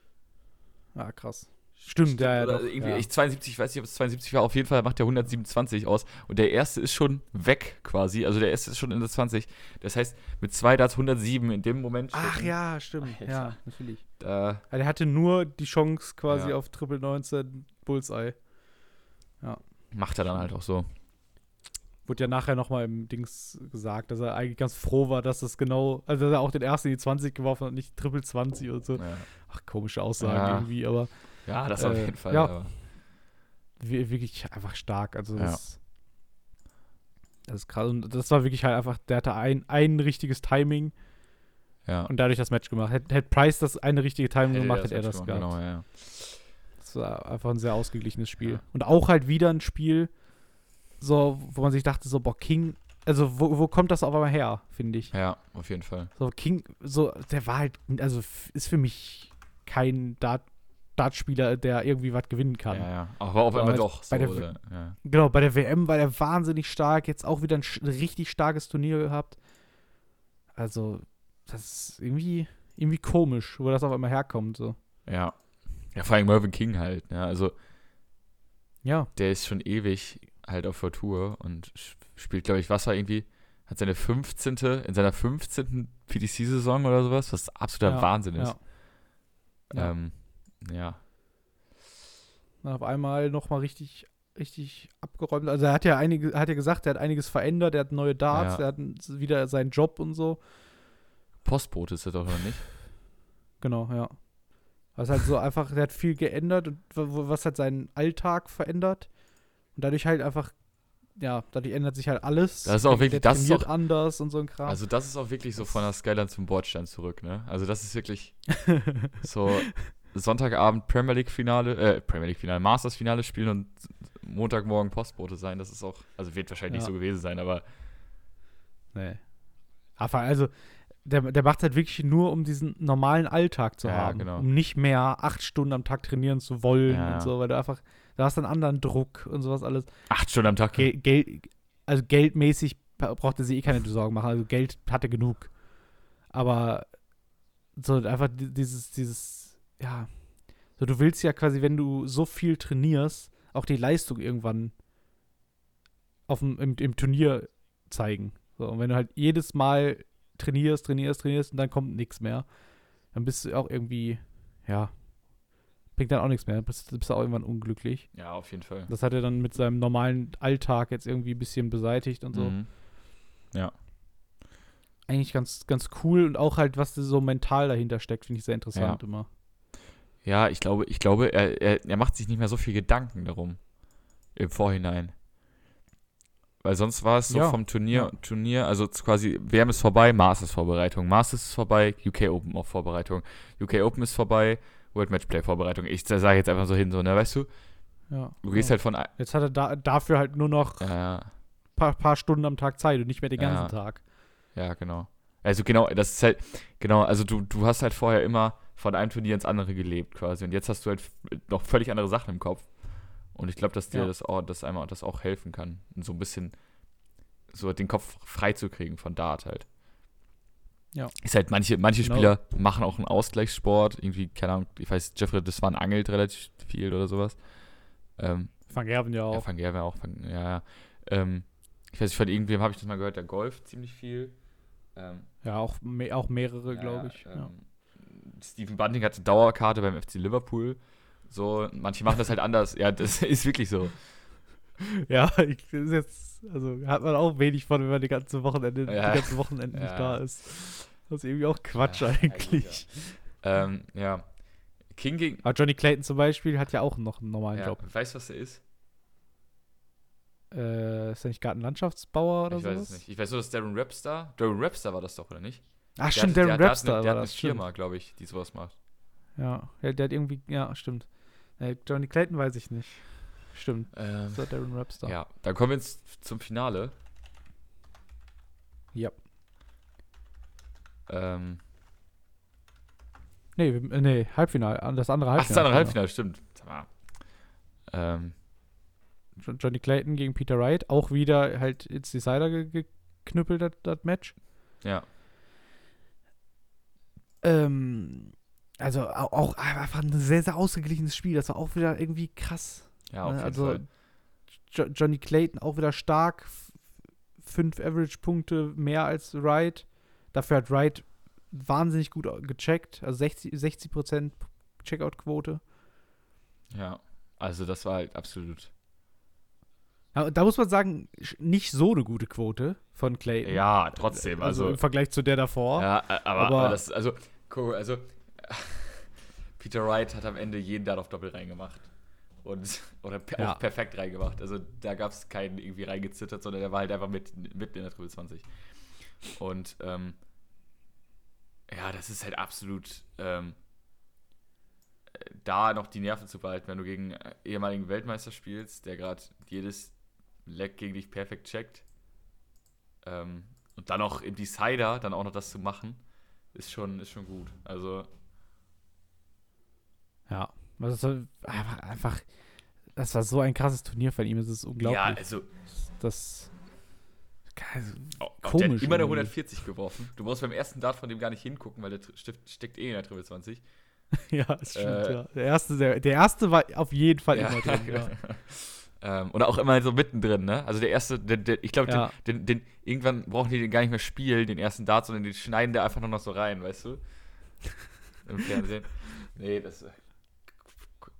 Ah, krass. Stimmt, ja, ja,
Oder
doch,
irgendwie
ja.
Ich 72, ich weiß nicht, ob es 72 war, auf jeden Fall macht der 127 aus und der erste ist schon weg quasi, also der erste ist schon in der 20. Das heißt, mit zwei Darts 107 in dem Moment.
Ach
stecken,
ja, stimmt.
Alter.
Ja, natürlich.
Da,
Also, er hatte nur die Chance quasi
Ja.
auf Triple 19 Bullseye.
macht er dann halt auch so.
Wurde ja nachher nochmal im Dings gesagt, dass er eigentlich ganz froh war, dass das genau, also dass er auch den ersten in die 20 geworfen hat, nicht Triple 20 und so.
Ja,
Ach, komische Aussagen
Ja.
irgendwie, aber
ja das
Äh,
auf jeden Fall.
ja.
aber-
wir- wirklich einfach stark. Also
Ja.
das, das ist krass. Und das war wirklich halt einfach, der hatte ein, ein richtiges Timing
ja.
und dadurch das Match gemacht. Hätte hätte Price das eine richtige Timing
Hätte
gemacht,
das
hätte er
Match
das
gemacht,
gehabt.
Genau, ja, ja.
Das war einfach ein sehr ausgeglichenes Spiel.
Ja.
Und auch halt wieder ein Spiel, so, wo man sich dachte, so, boah, King, also wo, wo kommt das auf einmal her, finde ich.
ja, auf jeden Fall.
So, King, so, der war halt, also f- ist für mich kein Dart. Dartspieler, der irgendwie was gewinnen kann.
Ja, ja. Aber auf
Aber
einmal
halt
doch. So,
bei der-
oder, ja.
Genau, bei der WM war er wahnsinnig stark. Jetzt auch wieder ein sch- richtig starkes Turnier gehabt. Also, das ist irgendwie, irgendwie komisch, wo das auf einmal herkommt. So.
ja. Ja, vor allem Mervyn King halt. Ne? Also,
Ja,
der ist schon ewig halt auf der Tour und sch- spielt, glaube ich, was war irgendwie, hat seine 15. in seiner 15. PDC-Saison oder sowas, was absoluter
Ja,
Wahnsinn ist.
ja. ja.
Ähm, ja.
Dann auf einmal nochmal richtig, richtig abgeräumt. Also, er hat ja einige, hat ja gesagt, er hat einiges verändert, er hat neue Darts,
Ja.
er hat n- wieder seinen Job und so.
Postbote ist er doch noch nicht.
Genau, ja. Was halt so einfach, der hat viel geändert und w- w- was halt seinen Alltag verändert. Und dadurch halt einfach, ja, dadurch ändert sich halt alles.
Das ist auch
Der-
wirklich-
der
das ist
trainiert
doch-
anders und so ein Kram.
Also das ist auch wirklich so von der Skyline zum Bordstein zurück, ne? Also das ist wirklich so Sonntagabend Premier League Finale, äh, Premier League Finale, Masters Finale spielen und Montagmorgen Postbote sein. Das ist auch, also wird wahrscheinlich nicht
Ja.
so gewesen sein, aber
nee. Aber also, der, der macht halt wirklich nur, um diesen normalen Alltag zu
Ja,
haben.
genau.
Um nicht mehr acht Stunden am Tag trainieren zu wollen
Ja.
und so, weil du einfach, du hast einen anderen Druck und sowas alles.
acht Stunden am Tag.
Gel Gel also geldmäßig brauchte sie eh keine Sorgen machen. Also Geld hatte genug. Aber so einfach di- dieses, dieses, ja. So, du willst ja quasi, wenn du so viel trainierst, auch die Leistung irgendwann auf dem, im, im Turnier zeigen. So, und wenn du halt jedes Mal trainierst, trainierst, trainierst und dann kommt nichts mehr, dann bist du auch irgendwie, ja, bringt dann auch nichts mehr. Bist, bist du auch irgendwann unglücklich.
Ja, auf jeden Fall.
Das hat er dann mit seinem normalen Alltag jetzt irgendwie ein bisschen beseitigt und so.
Mhm.
Eigentlich ganz, ganz cool und auch halt, was so mental dahinter steckt, finde ich sehr interessant immer.
Ja, ich glaube, ich glaube, er, er, er macht sich nicht mehr so viel Gedanken darum im Vorhinein. Weil sonst war es so
Ja,
vom Turnier,
ja.
Turnier, also z- quasi, WM ist vorbei, Masters Vorbereitung, Masters ist vorbei, UK Open auch Vorbereitung, UK Open ist vorbei, World Match Play Vorbereitung. Ich sage jetzt einfach so hin, so, ne, weißt du,
Ja.
du gehst
ja.
halt von, ein-
Jetzt hat er da, dafür halt nur noch ein
äh,
paar, paar Stunden am Tag Zeit und nicht mehr den ganzen
Ja.
Tag.
Ja, genau. Also genau, das ist halt, genau, also du, du hast halt vorher immer von einem Turnier ins andere gelebt quasi und jetzt hast du halt noch völlig andere Sachen im Kopf. Und ich glaube, dass dir
Ja.
das, auch, das einmal das auch helfen kann, so ein bisschen so den Kopf freizukriegen von Dart halt.
Ja.
Ist halt, manche, manche
Genau.
Spieler machen auch einen Ausgleichssport, irgendwie, keine Ahnung, ich weiß, Jeffrey Desvan angelt relativ viel oder sowas. Ähm,
Van Gerven ja
ja,
auch.
Van Gerwen auch. Van, ja, ja. Ähm, ich weiß nicht, von irgendwem habe ich das mal gehört, der golft ziemlich viel. Ähm,
Ja, auch, me auch mehrere,
ja,
glaube
ja,
ich.
Ähm, Stephen Bunting hatte Dauerkarte beim FC Liverpool. So, manche machen das halt anders. Ja, das ist wirklich so.
Ja, ich, das ist jetzt, also hat man auch wenig von, wenn man die ganze Wochenende,
Ja.
die ganzen Wochenenden
Ja.
nicht da ist. Das ist irgendwie auch Quatsch
Ja, ja, gut,
eigentlich.
Ähm, ja. King gegen.
Aber Johnny Clayton zum Beispiel hat ja auch noch einen normalen
Ja,
Job.
weißt du, was der ist?
Äh, ist er nicht Gartenlandschaftsbauer oder
ich
sowas?
weiß es nicht. Ich weiß nur, dass Darren Rapstar. Darren Rapstar war das doch, oder nicht?
Ach, stimmt,
der
Darren
hat, der,
Rapstar
Der hat eine, der
war
hat eine
das. Stimmt.
Firma, glaube ich, die sowas macht.
Ja, der, der hat irgendwie, ja, stimmt. Äh, Johnny Clayton weiß ich nicht. Stimmt,
Ähm,
das war Darren Rapstar.
ja, dann kommen wir jetzt zum Finale.
Ja.
Ähm,
Nee, wir- äh, nee, Halbfinale, an- das andere
ach, das
Halbfinale. genau.
andere Halbfinale, stimmt. Sag mal. Ähm,
Jo- Johnny Clayton gegen Peter Wright, auch wieder halt ins Decider ge- geknüppelt, das, das Match.
ja.
Ähm, also au- auch einfach ein sehr, sehr ausgeglichenes Spiel. Das war auch wieder irgendwie krass.
Ja, auf
ne?
jeden
also
Fall.
Jo Johnny Clayton auch wieder stark. f- Fünf Average-Punkte mehr als Wright. Dafür hat Wright wahnsinnig gut au- gecheckt. Also 60, 60% Checkout-Quote.
Ja. Also, das war halt absolut.
Ja, Da muss man sagen, sch- nicht so eine gute Quote von Clayton.
Ja, trotzdem.
Äh, Also,
Also,
im Vergleich zu der davor.
Ja, a- aber, aber,
Aber-
das, also, guck, mal, also, Peter Wright hat am Ende jeden Dart auf Doppel reingemacht. Und, oder per,
Ja.
auch perfekt reingemacht. Also, da gab es keinen irgendwie reingezittert, sondern er war halt einfach mit, mitten in der Triple 20. Und, ähm, ja, das ist halt absolut, ähm, da noch die Nerven zu behalten, wenn du gegen äh, ehemaligen Weltmeister spielst, der gerade jedes Leck gegen dich perfekt checkt. Ähm, und dann auch im Decider dann auch noch das zu machen, ist schon, ist schon gut. Also,
Ja, das war einfach, einfach, das war so ein krasses Turnier von ihm, es ist
ja,
unglaublich.
also
das also,
au- au-
Komisch
der hat immer eine
irgendwie.
140 geworfen. Du braust beim ersten Dart von dem gar nicht hingucken, weil der Tr- Stift steckt eh in der Triple 20.
ja, das stimmt,
Äh,
ja. Der erste, der, der erste war auf jeden Fall
Ja.
immer drin, ja.
ähm, und auch immer so mittendrin, ne? Also der erste, der, der, ich glaube,
Ja.
den, den, den, irgendwann brauchen die den gar nicht mehr spielen, den ersten Dart, sondern den schneiden der einfach nur noch so rein, weißt du? Im Fernsehen. Nee, das.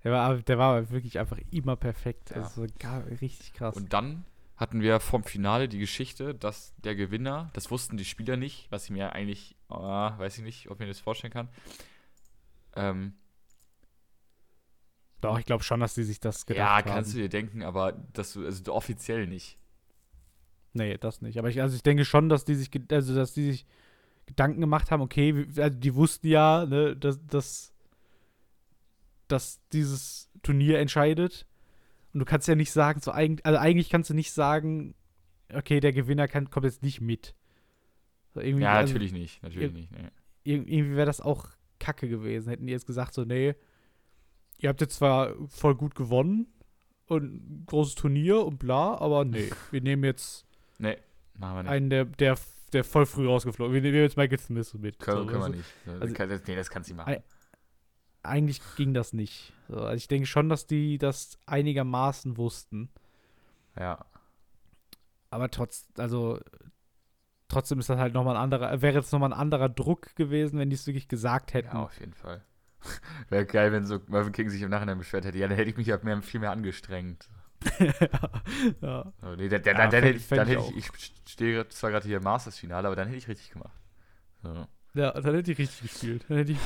Der war, der war wirklich einfach immer perfekt.
Ja.
Also gar, richtig krass.
Und dann hatten wir vom Finale die Geschichte, dass der Gewinner, das wussten die Spieler nicht, was ich mir eigentlich, ah, weiß ich nicht, ob ich mir das vorstellen kann. Ähm,
Doch, ich glaube schon, dass die sich das
ja,
gedacht haben.
kannst du dir denken, aber das, du- also offiziell nicht.
Nee, das nicht. Aber ich, also ich denke schon, dass die sich, ge- also dass die sich Gedanken gemacht haben, okay, wir- also die wussten ja, ne, dass, dass, dass dieses Turnier entscheidet. Und du kannst ja nicht sagen, so eigentlich, also eigentlich kannst du nicht sagen, okay, der Gewinner kann, kommt jetzt nicht mit. So irgendwie,
Ja,
also
natürlich nicht, natürlich nicht. Nee.
irg- irgendwie wäre das auch kacke gewesen. Hätten die jetzt gesagt, so, nee, ihr habt jetzt zwar voll gut gewonnen und ein großes Turnier und bla, aber nee, wir nehmen jetzt
Machen wir nicht.
einen, der, der, der voll früh rausgeflogen Wir nehmen jetzt Michael Smith mit.
Können,
So,
können wir
also,
nicht.
also-
Kann- das, nee, das kannst du nicht machen.
Ei- Eigentlich ging das nicht. So, also ich denke schon, dass die das einigermaßen wussten.
Ja.
Aber trotz, also trotzdem ist das halt nochmal ein anderer, wäre jetzt nochmal ein anderer Druck gewesen, wenn die es wirklich gesagt
ja,
hätten.
auf jeden Fall. Wäre geil, wenn so Marvin King sich im Nachhinein beschwert hätte. Ja, dann hätte ich mich ja mehr, viel mehr angestrengt.
ja.
Oh, nee, da, da,
Ja,
da, dann
fänd
hätte
ich-
ich,
fänd
dann
ich
hätte ich, ich stehe zwar gerade hier im Masters-Finale, aber dann hätte ich richtig gemacht. So.
ja, dann hätte ich richtig gespielt. Dann hätte ich,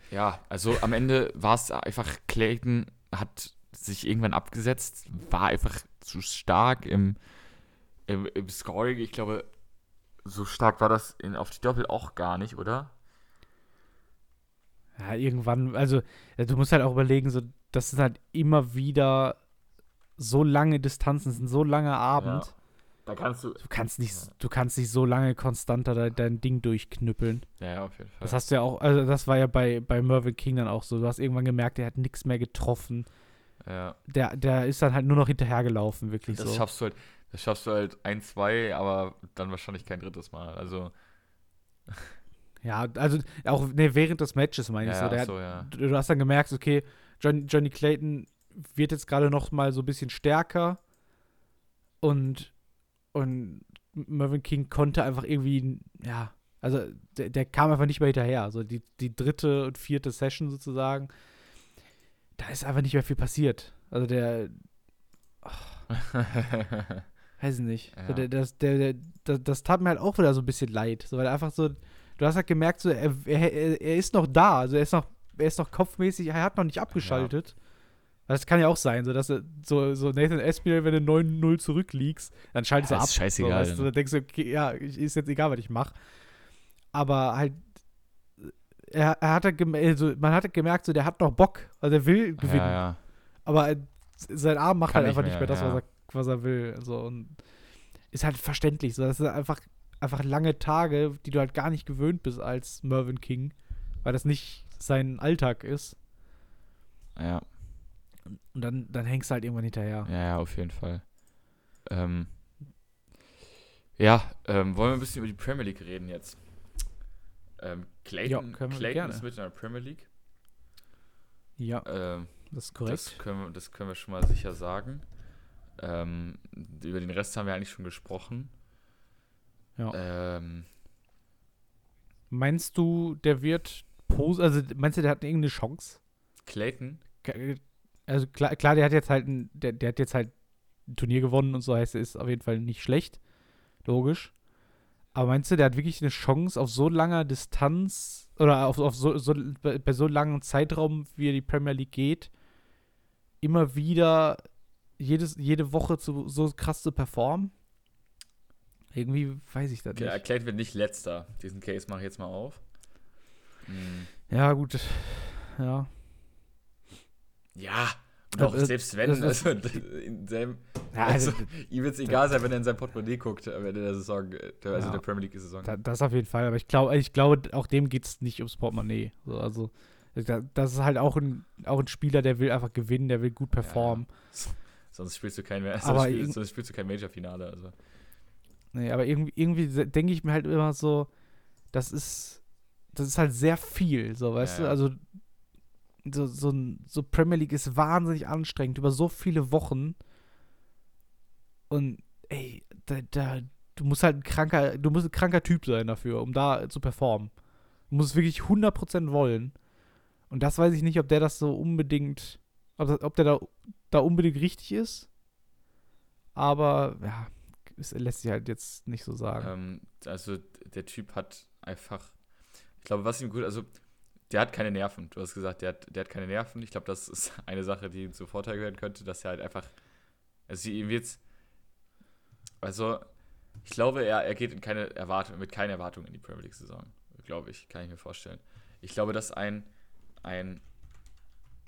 Ja, also am Ende war es einfach, Clayton hat sich irgendwann abgesetzt, war einfach zu stark im, im, im Scoring. Ich glaube, so stark war das in, auf die Doppel auch gar nicht, oder?
Ja, irgendwann, also äh, du musst halt auch überlegen, so, das sind halt immer wieder so lange Distanzen, das ist ein so langer Abend.
Da kannst du.
Du kannst nicht, du kannst nicht so lange konstanter de dein Ding durchknüppeln.
Ja, auf jeden Fall.
Das hast du ja auch, also das war ja bei, bei Mervyn King dann auch so. Du hast irgendwann gemerkt, er hat nichts mehr getroffen.
ja.
Der, der ist dann halt nur noch hinterhergelaufen, wirklich
Das
so.
schaffst du halt, das schaffst du halt ein, zwei, aber dann wahrscheinlich kein drittes Mal. Also,
Ja, also auch nee, während des Matches meine ich
ja,
so. Der
ja,
hat,
so, ja.
du, du hast dann gemerkt, okay, John, Johnny Clayton wird jetzt gerade noch mal so ein bisschen stärker und, und Mervyn King konnte einfach irgendwie, ja, also der, der kam einfach nicht mehr hinterher. Also die, die dritte und vierte Session sozusagen, da ist einfach nicht mehr viel passiert. Also der, weiß nicht.
Ja.
So der, das, der, der, das, das tat mir halt auch wieder so ein bisschen leid. So, weil er einfach so, du hast halt gemerkt, so, er, er, er ist noch da. Also er ist noch, er ist noch kopfmäßig, er hat noch nicht abgeschaltet. Das kann ja auch sein, so dass er- so, so Nathan Espinel, wenn du 9-0 zurückliegst, dann schaltest
Ja,
du ab.
ist scheißegal,
So, weißt du,
ne?
dann denkst du, okay, ja, ich- ist jetzt egal, was ich mache. Aber halt, er, er hat halt gem- also man hat halt gemerkt, so, der hat noch Bock. Also er will gewinnen.
Ja, ja.
Aber äh, sein Arm macht
Kann
halt
nicht
einfach nicht mehr
mehr,
das, was,
ja.
er, was er will. So, und ist halt verständlich. So, das sind einfach, einfach lange Tage, die du halt gar nicht gewöhnt bist als Mervyn King, weil das nicht sein Alltag ist.
Ja,
Und dann, dann hängst du halt irgendwann hinterher.
ja, ja, auf jeden Fall. Ähm, ja, ähm, wollen wir ein bisschen über die Premier League reden jetzt? Ähm, Clayton,
können wir
Clayton
gerne.
ist mit in der Premier League.
Ja,
Ähm,
das ist
das, können wir, das können wir schon mal sicher sagen. Ähm, über den Rest haben wir eigentlich schon gesprochen.
Ja.
Ähm,
Meinst du, der wird pos also meinst du, der hat irgendeine Chance?
Clayton,
Ke- Also klar, klar der hat jetzt halt ein, der, der hat jetzt halt ein Turnier gewonnen und so heißt, er ist auf jeden Fall nicht schlecht. Logisch. Aber meinst du, der hat wirklich eine Chance auf so langer Distanz oder auf, auf so, so, bei bei so langem Zeitraum, wie er die Premier League geht, immer wieder jedes, jede Woche zu, so krass zu performen? Irgendwie weiß ich das nicht.
Cla- Clayton wird nicht letzter. Diesen Case mache ich jetzt mal auf. Hm.
Ja, gut. Ja.
Ja, und
Ja,
auch
das-
selbst wenn,
das Also ist-
also, in seinem,
ja
also,
also,
ihm wird es egal sein, wenn er in sein Portemonnaie guckt am Ende der Saison, äh, der, also
Ja.
der Premier League-Saison.
da, das auf jeden Fall. Aber ich glaube, ich glaube auch dem geht es nicht ums Portemonnaie. So, also, da, das ist halt auch ein, auch ein Spieler, der will einfach gewinnen, der will gut performen.
Sonst spielst du kein, Ma-
Aber
sonst
irgend-
spielst, sonst spielst du kein Major-Finale. Also.
Nee, aber irgendwie, irgendwie se- denke ich mir halt immer so, das ist, das ist halt sehr viel, so,
Ja,
weißt du?
ja.
Also, so, so, ein- so Premier League ist wahnsinnig anstrengend über so viele Wochen. Und, ey, da, da, du musst halt ein kranker, du musst ein kranker Typ sein dafür, um da zu performen. Du musst es wirklich 100% wollen. Und das weiß ich nicht, ob der das so unbedingt, ob, das- ob der da, da unbedingt richtig ist. Aber, ja, es lässt sich halt jetzt nicht so sagen.
Ähm, also der Typ hat einfach, ich glaube, was ihm gut, also der hat keine Nerven. Du hast gesagt, der hat, der hat keine Nerven. Ich glaube, das ist eine Sache, die ihm zu Vorteil werden könnte, dass er halt einfach, also ihm wird's, also ich glaube, er, er geht in keine Erwartung, mit keiner Erwartung in die Premier League-Saison, glaube ich, kann ich mir vorstellen. Ich glaube, dass ein, ein,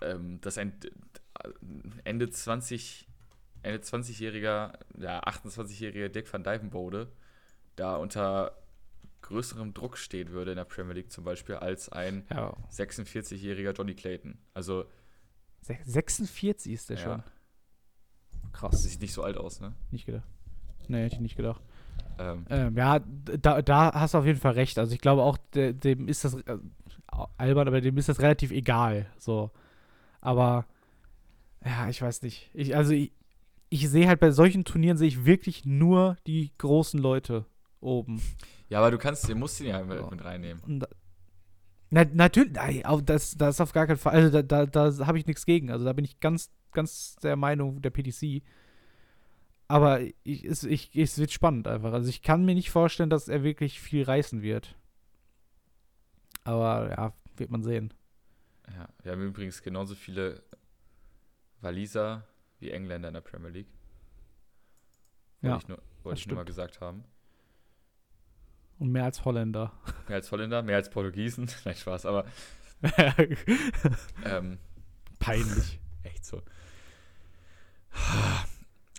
ähm, dass ein d- d- Ende 20, Ende 20-jähriger, ja, 28-jähriger Dick van Dijvenbode da unter größerem Druck stehen würde in der Premier League zum Beispiel als ein
Ja.
46-jähriger Johnny Clayton. Also,
Sech- 46 ist der
ja,
schon.
das
Krass.
sieht nicht so alt aus, ne?
Nicht gedacht. Nee, hätte ich nicht gedacht.
Ähm,
Ähm, ja, da, da hast du auf jeden Fall recht. Also ich glaube auch, de- dem ist das äh, albern, aber dem ist das relativ egal. So. Aber ja, ich weiß nicht. Ich, also ich, ich sehe halt bei solchen Turnieren sehe ich wirklich nur die großen Leute oben.
ja, aber du kannst, du musst ihn ja mit,
Ja.
mit reinnehmen.
Und da, na, natürlich, nein, auf- das, das ist auf gar keinen Fall. Also da, da, da habe ich nichts gegen. Also da bin ich ganz, ganz der Meinung der PDC. Aber ich, es, ich, es wird spannend einfach. Also ich kann mir nicht vorstellen, dass er wirklich viel reißen wird. Aber ja, wird man sehen.
Ja. Wir haben übrigens genauso viele Waliser wie Engländer in der Premier League. Wollte
Ja,
ich nur, wollte ich nur
stimmt.
mal gesagt haben.
Und mehr als Holländer.
Mehr als Holländer, mehr als Portugiesen. Nein, Spaß, aber ähm,
Peinlich.
Echt so.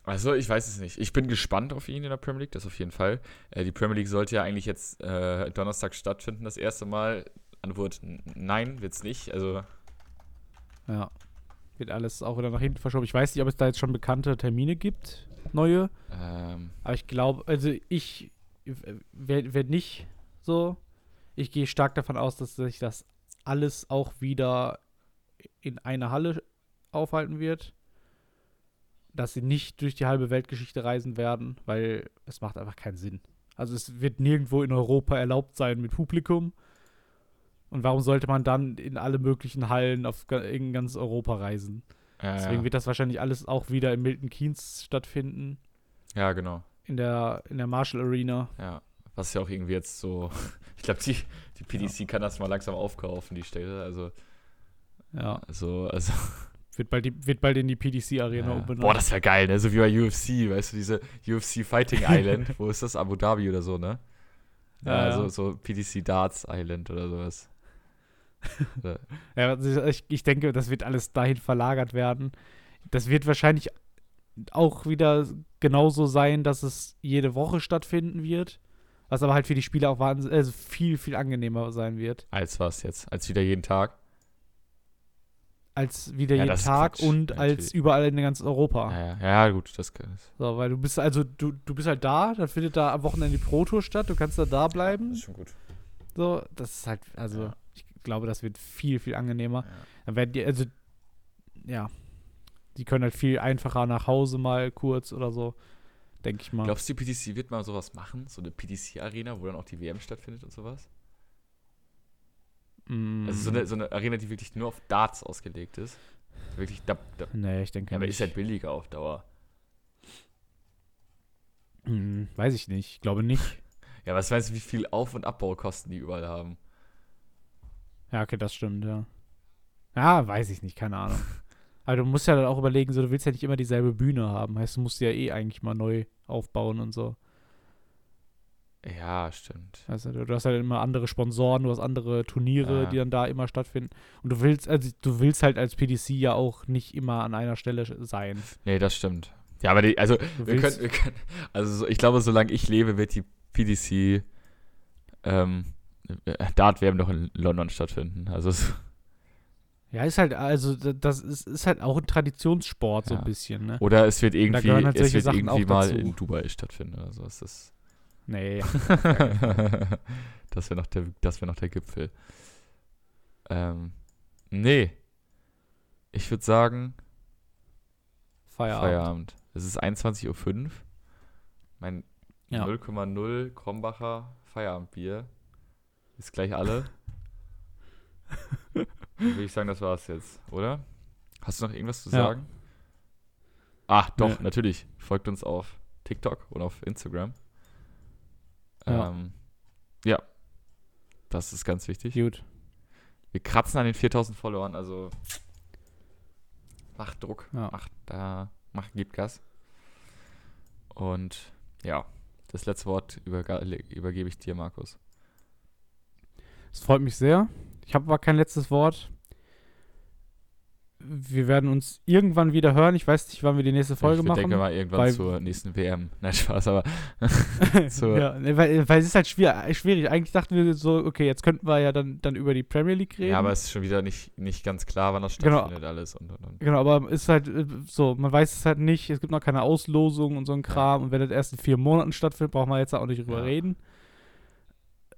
Also, ich weiß es nicht. Ich bin gespannt auf ihn in der Premier League, das auf jeden Fall. Äh, die Premier League sollte ja eigentlich jetzt äh, Donnerstag stattfinden, das erste Mal. Antwort: n- Nein, wird's nicht. Also,
Ja. Wird alles auch wieder nach hinten verschoben. Ich weiß nicht, ob es da jetzt schon bekannte Termine gibt, neue.
ähm,
Aber ich glaube, also ich, wenn, wenn nicht so, ich gehe stark davon aus, dass sich das alles auch wieder in einer Halle aufhalten wird. Dass sie nicht durch die halbe Weltgeschichte reisen werden, weil es macht einfach keinen Sinn. Also es wird nirgendwo in Europa erlaubt sein mit Publikum. Und warum sollte man dann in alle möglichen Hallen auf, ga- in ganz Europa reisen?
Ja,
Deswegen
ja.
wird das wahrscheinlich alles auch wieder in Milton Keynes stattfinden,
ja, genau.
in der, in der Marshall Arena.
Ja. Was ja auch irgendwie jetzt so. Ich glaube, die, die PDC kann das mal langsam aufkaufen, die Städte. Also,
Ja,
so, also.
wird bald, die, wird bald in die PDC Arena
ja.
umbenannt.
Boah, das wäre geil, ne? So wie bei UFC, weißt du, diese UFC Fighting Island. Wo ist das? Abu Dhabi oder so, ne? Ja,
Ja, ja.
So, so PDC Darts Island oder sowas. Oder-
Ja, also ich, ich denke, das wird alles dahin verlagert werden. Das wird wahrscheinlich auch wieder genauso sein, dass es jede Woche stattfinden wird. Was aber halt für die Spieler auch wahnsinn, also viel, viel angenehmer sein wird.
als was jetzt? Als wieder jeden Tag?
Als wieder
Ja,
jeden
das ist
Tag
Quatsch,
und als
natürlich.
überall in ganz Europa.
Ja, ja, ja gut, das kann
So, weil du bist also, du, du bist halt da, dann findet da am Wochenende die Pro-Tour statt, du kannst da da bleiben.
schon gut.
So, das ist halt, also,
Ja.
ich glaube, das wird viel, viel angenehmer.
Ja.
Dann werden die, also, ja, die können halt viel einfacher nach Hause mal kurz oder so, denke ich mal.
Glaubst du, die PDC wird mal sowas machen? So eine PDC-Arena, wo dann auch die WM stattfindet und sowas?
Mm,
Also so eine, so eine Arena, die wirklich nur auf Darts ausgelegt ist. Wirklich, da, da,
nee, ich denke
ja, aber
nicht.
ist halt billiger auf Dauer.
Hm, weiß ich nicht, ich glaube nicht.
Ja, was meinst du, wie viel Auf- und Abbaukosten die überall haben?
ja, okay, das stimmt, ja. Ja, weiß ich nicht, keine Ahnung. Aber du musst ja dann auch überlegen, so, du willst ja nicht immer dieselbe Bühne haben. Heißt, du musst die ja eh eigentlich mal neu aufbauen und so.
Ja, stimmt.
Also, du du hast halt immer andere Sponsoren, du hast andere Turniere,
Ja.
die dann da immer stattfinden. Und du willst, also du willst halt als PDC ja auch nicht immer an einer Stelle sch- sein.
Nee, das stimmt. Ja, aber die, also,
Du
wir
willst,
können, wir können, also so, ich glaube, solange ich lebe, wird die PDC ähm, äh, Dart-WM noch in London stattfinden. Also, so-
ja, ist halt, also d- das ist, ist halt auch ein Traditionssport so
Ja.
ein bisschen, ne?
oder es wird irgendwie,
gehören halt
es
solche
wird
Sachen
irgendwie
auch
mal
dazu.
in Dubai stattfinden oder so. Es ist
Nee,
das wäre noch, der- das wär noch der Gipfel. Ähm, nee. Ich würde sagen,
Feierabend.
Feierabend. Es ist 21.05 Uhr. Mein
Ja.
0,0 Krombacher Feierabendbier ist gleich alle. Dann würde ich sagen, das war's jetzt, oder? Hast du noch irgendwas zu
Ja.
sagen? Ach, doch,
Nee.
natürlich. Folgt uns auf TikTok und auf Instagram.
Ja.
Ähm, ja. Das ist ganz wichtig.
Gut.
Wir kratzen an den 4000 Followern, also macht Druck,
Ja.
macht da, macht, gibt Gas. Und ja, das letzte Wort überga- übergebe ich dir, Markus.
Es freut mich sehr. Ich habe aber kein letztes Wort. Wir werden uns irgendwann wieder hören. Ich weiß nicht, wann wir die nächste Folge
ich
machen.
denke mal irgendwann
bei-
zur nächsten WM. Nein, Spaß, aber So.
ja, ne, weil, weil es ist halt schwierig, schwierig. Eigentlich dachten wir so, okay, jetzt könnten wir ja dann, dann über die Premier League reden.
ja, aber es ist schon wieder nicht, nicht ganz klar, wann das
Genau.
stattfindet alles und und und.
genau, aber ist halt äh, so, man weiß es halt nicht, es gibt noch keine Auslosung und so ein Kram. Und wenn das erst in vier Monaten stattfindet, brauchen wir jetzt auch nicht drüber
Ja.
reden.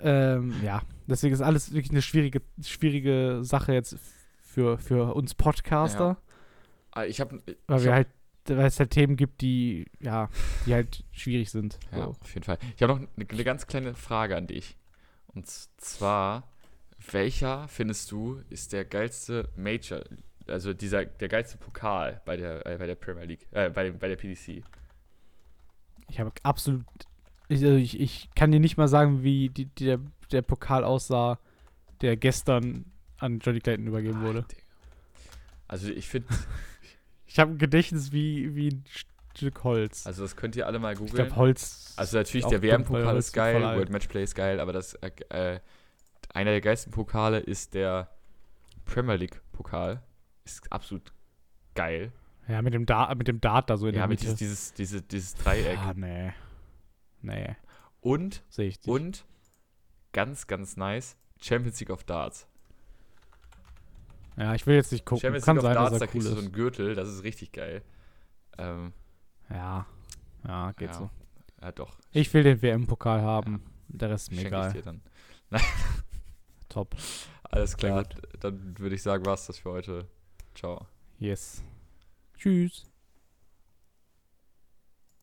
Ähm, ja, deswegen ist alles wirklich eine schwierige, schwierige Sache jetzt für, für uns Podcaster,
Ah, Ich habe
weil
Ich
wir
hab-
halt, weil es halt Themen gibt, die, ja, die halt schwierig sind.
Ja,
So.
auf jeden Fall. Ich habe noch eine, eine ganz kleine Frage an dich. Und z- zwar, welcher findest du ist der geilste Major, also dieser der geilste Pokal bei der äh, bei der Premier League, äh, bei dem bei der PDC?
Ich habe absolut. Ich, also ich, ich kann dir nicht mal sagen, wie die, die, der, der Pokal aussah, der gestern an Johnny Clayton übergeben wurde.
Ach, Digga. Also ich finde,
Ich habe ein Gedächtnis wie, wie ein Stück Holz.
also das könnt ihr alle mal
ich
googeln.
glaube, Holz.
also natürlich
auch
der
dumm, weil
WM-Pokal ist
Holz voll
geil,
alt.
World Matchplay ist geil, aber das äh, äh, einer der geilsten Pokale ist der Premier League Pokal. Ist absolut geil.
ja, mit dem, da mit dem Dart da so in
ja,
der
mit
Mitte.
dieses, dieses, diese, dieses Dreieck.
Ah, nee. Nee,
Und
sehe ich nicht.
Und ganz, ganz nice, Champions League of Darts.
Ja, ich will jetzt nicht gucken.
Champions
Kann
League
sein,
of Darts,
dass
da
er cool
kriegst du so
ist.
einen Gürtel, das ist richtig geil. Ähm,
Ja. Ja, geht
ja.
so.
Ja, doch.
Ich will den WM-Pokal haben. Der Rest ist mir
Schenke ich
egal.
dir dann.
Top.
Alles klar,
gut.
dann würde ich sagen, war's das für heute. Ciao.
Yes. Tschüss.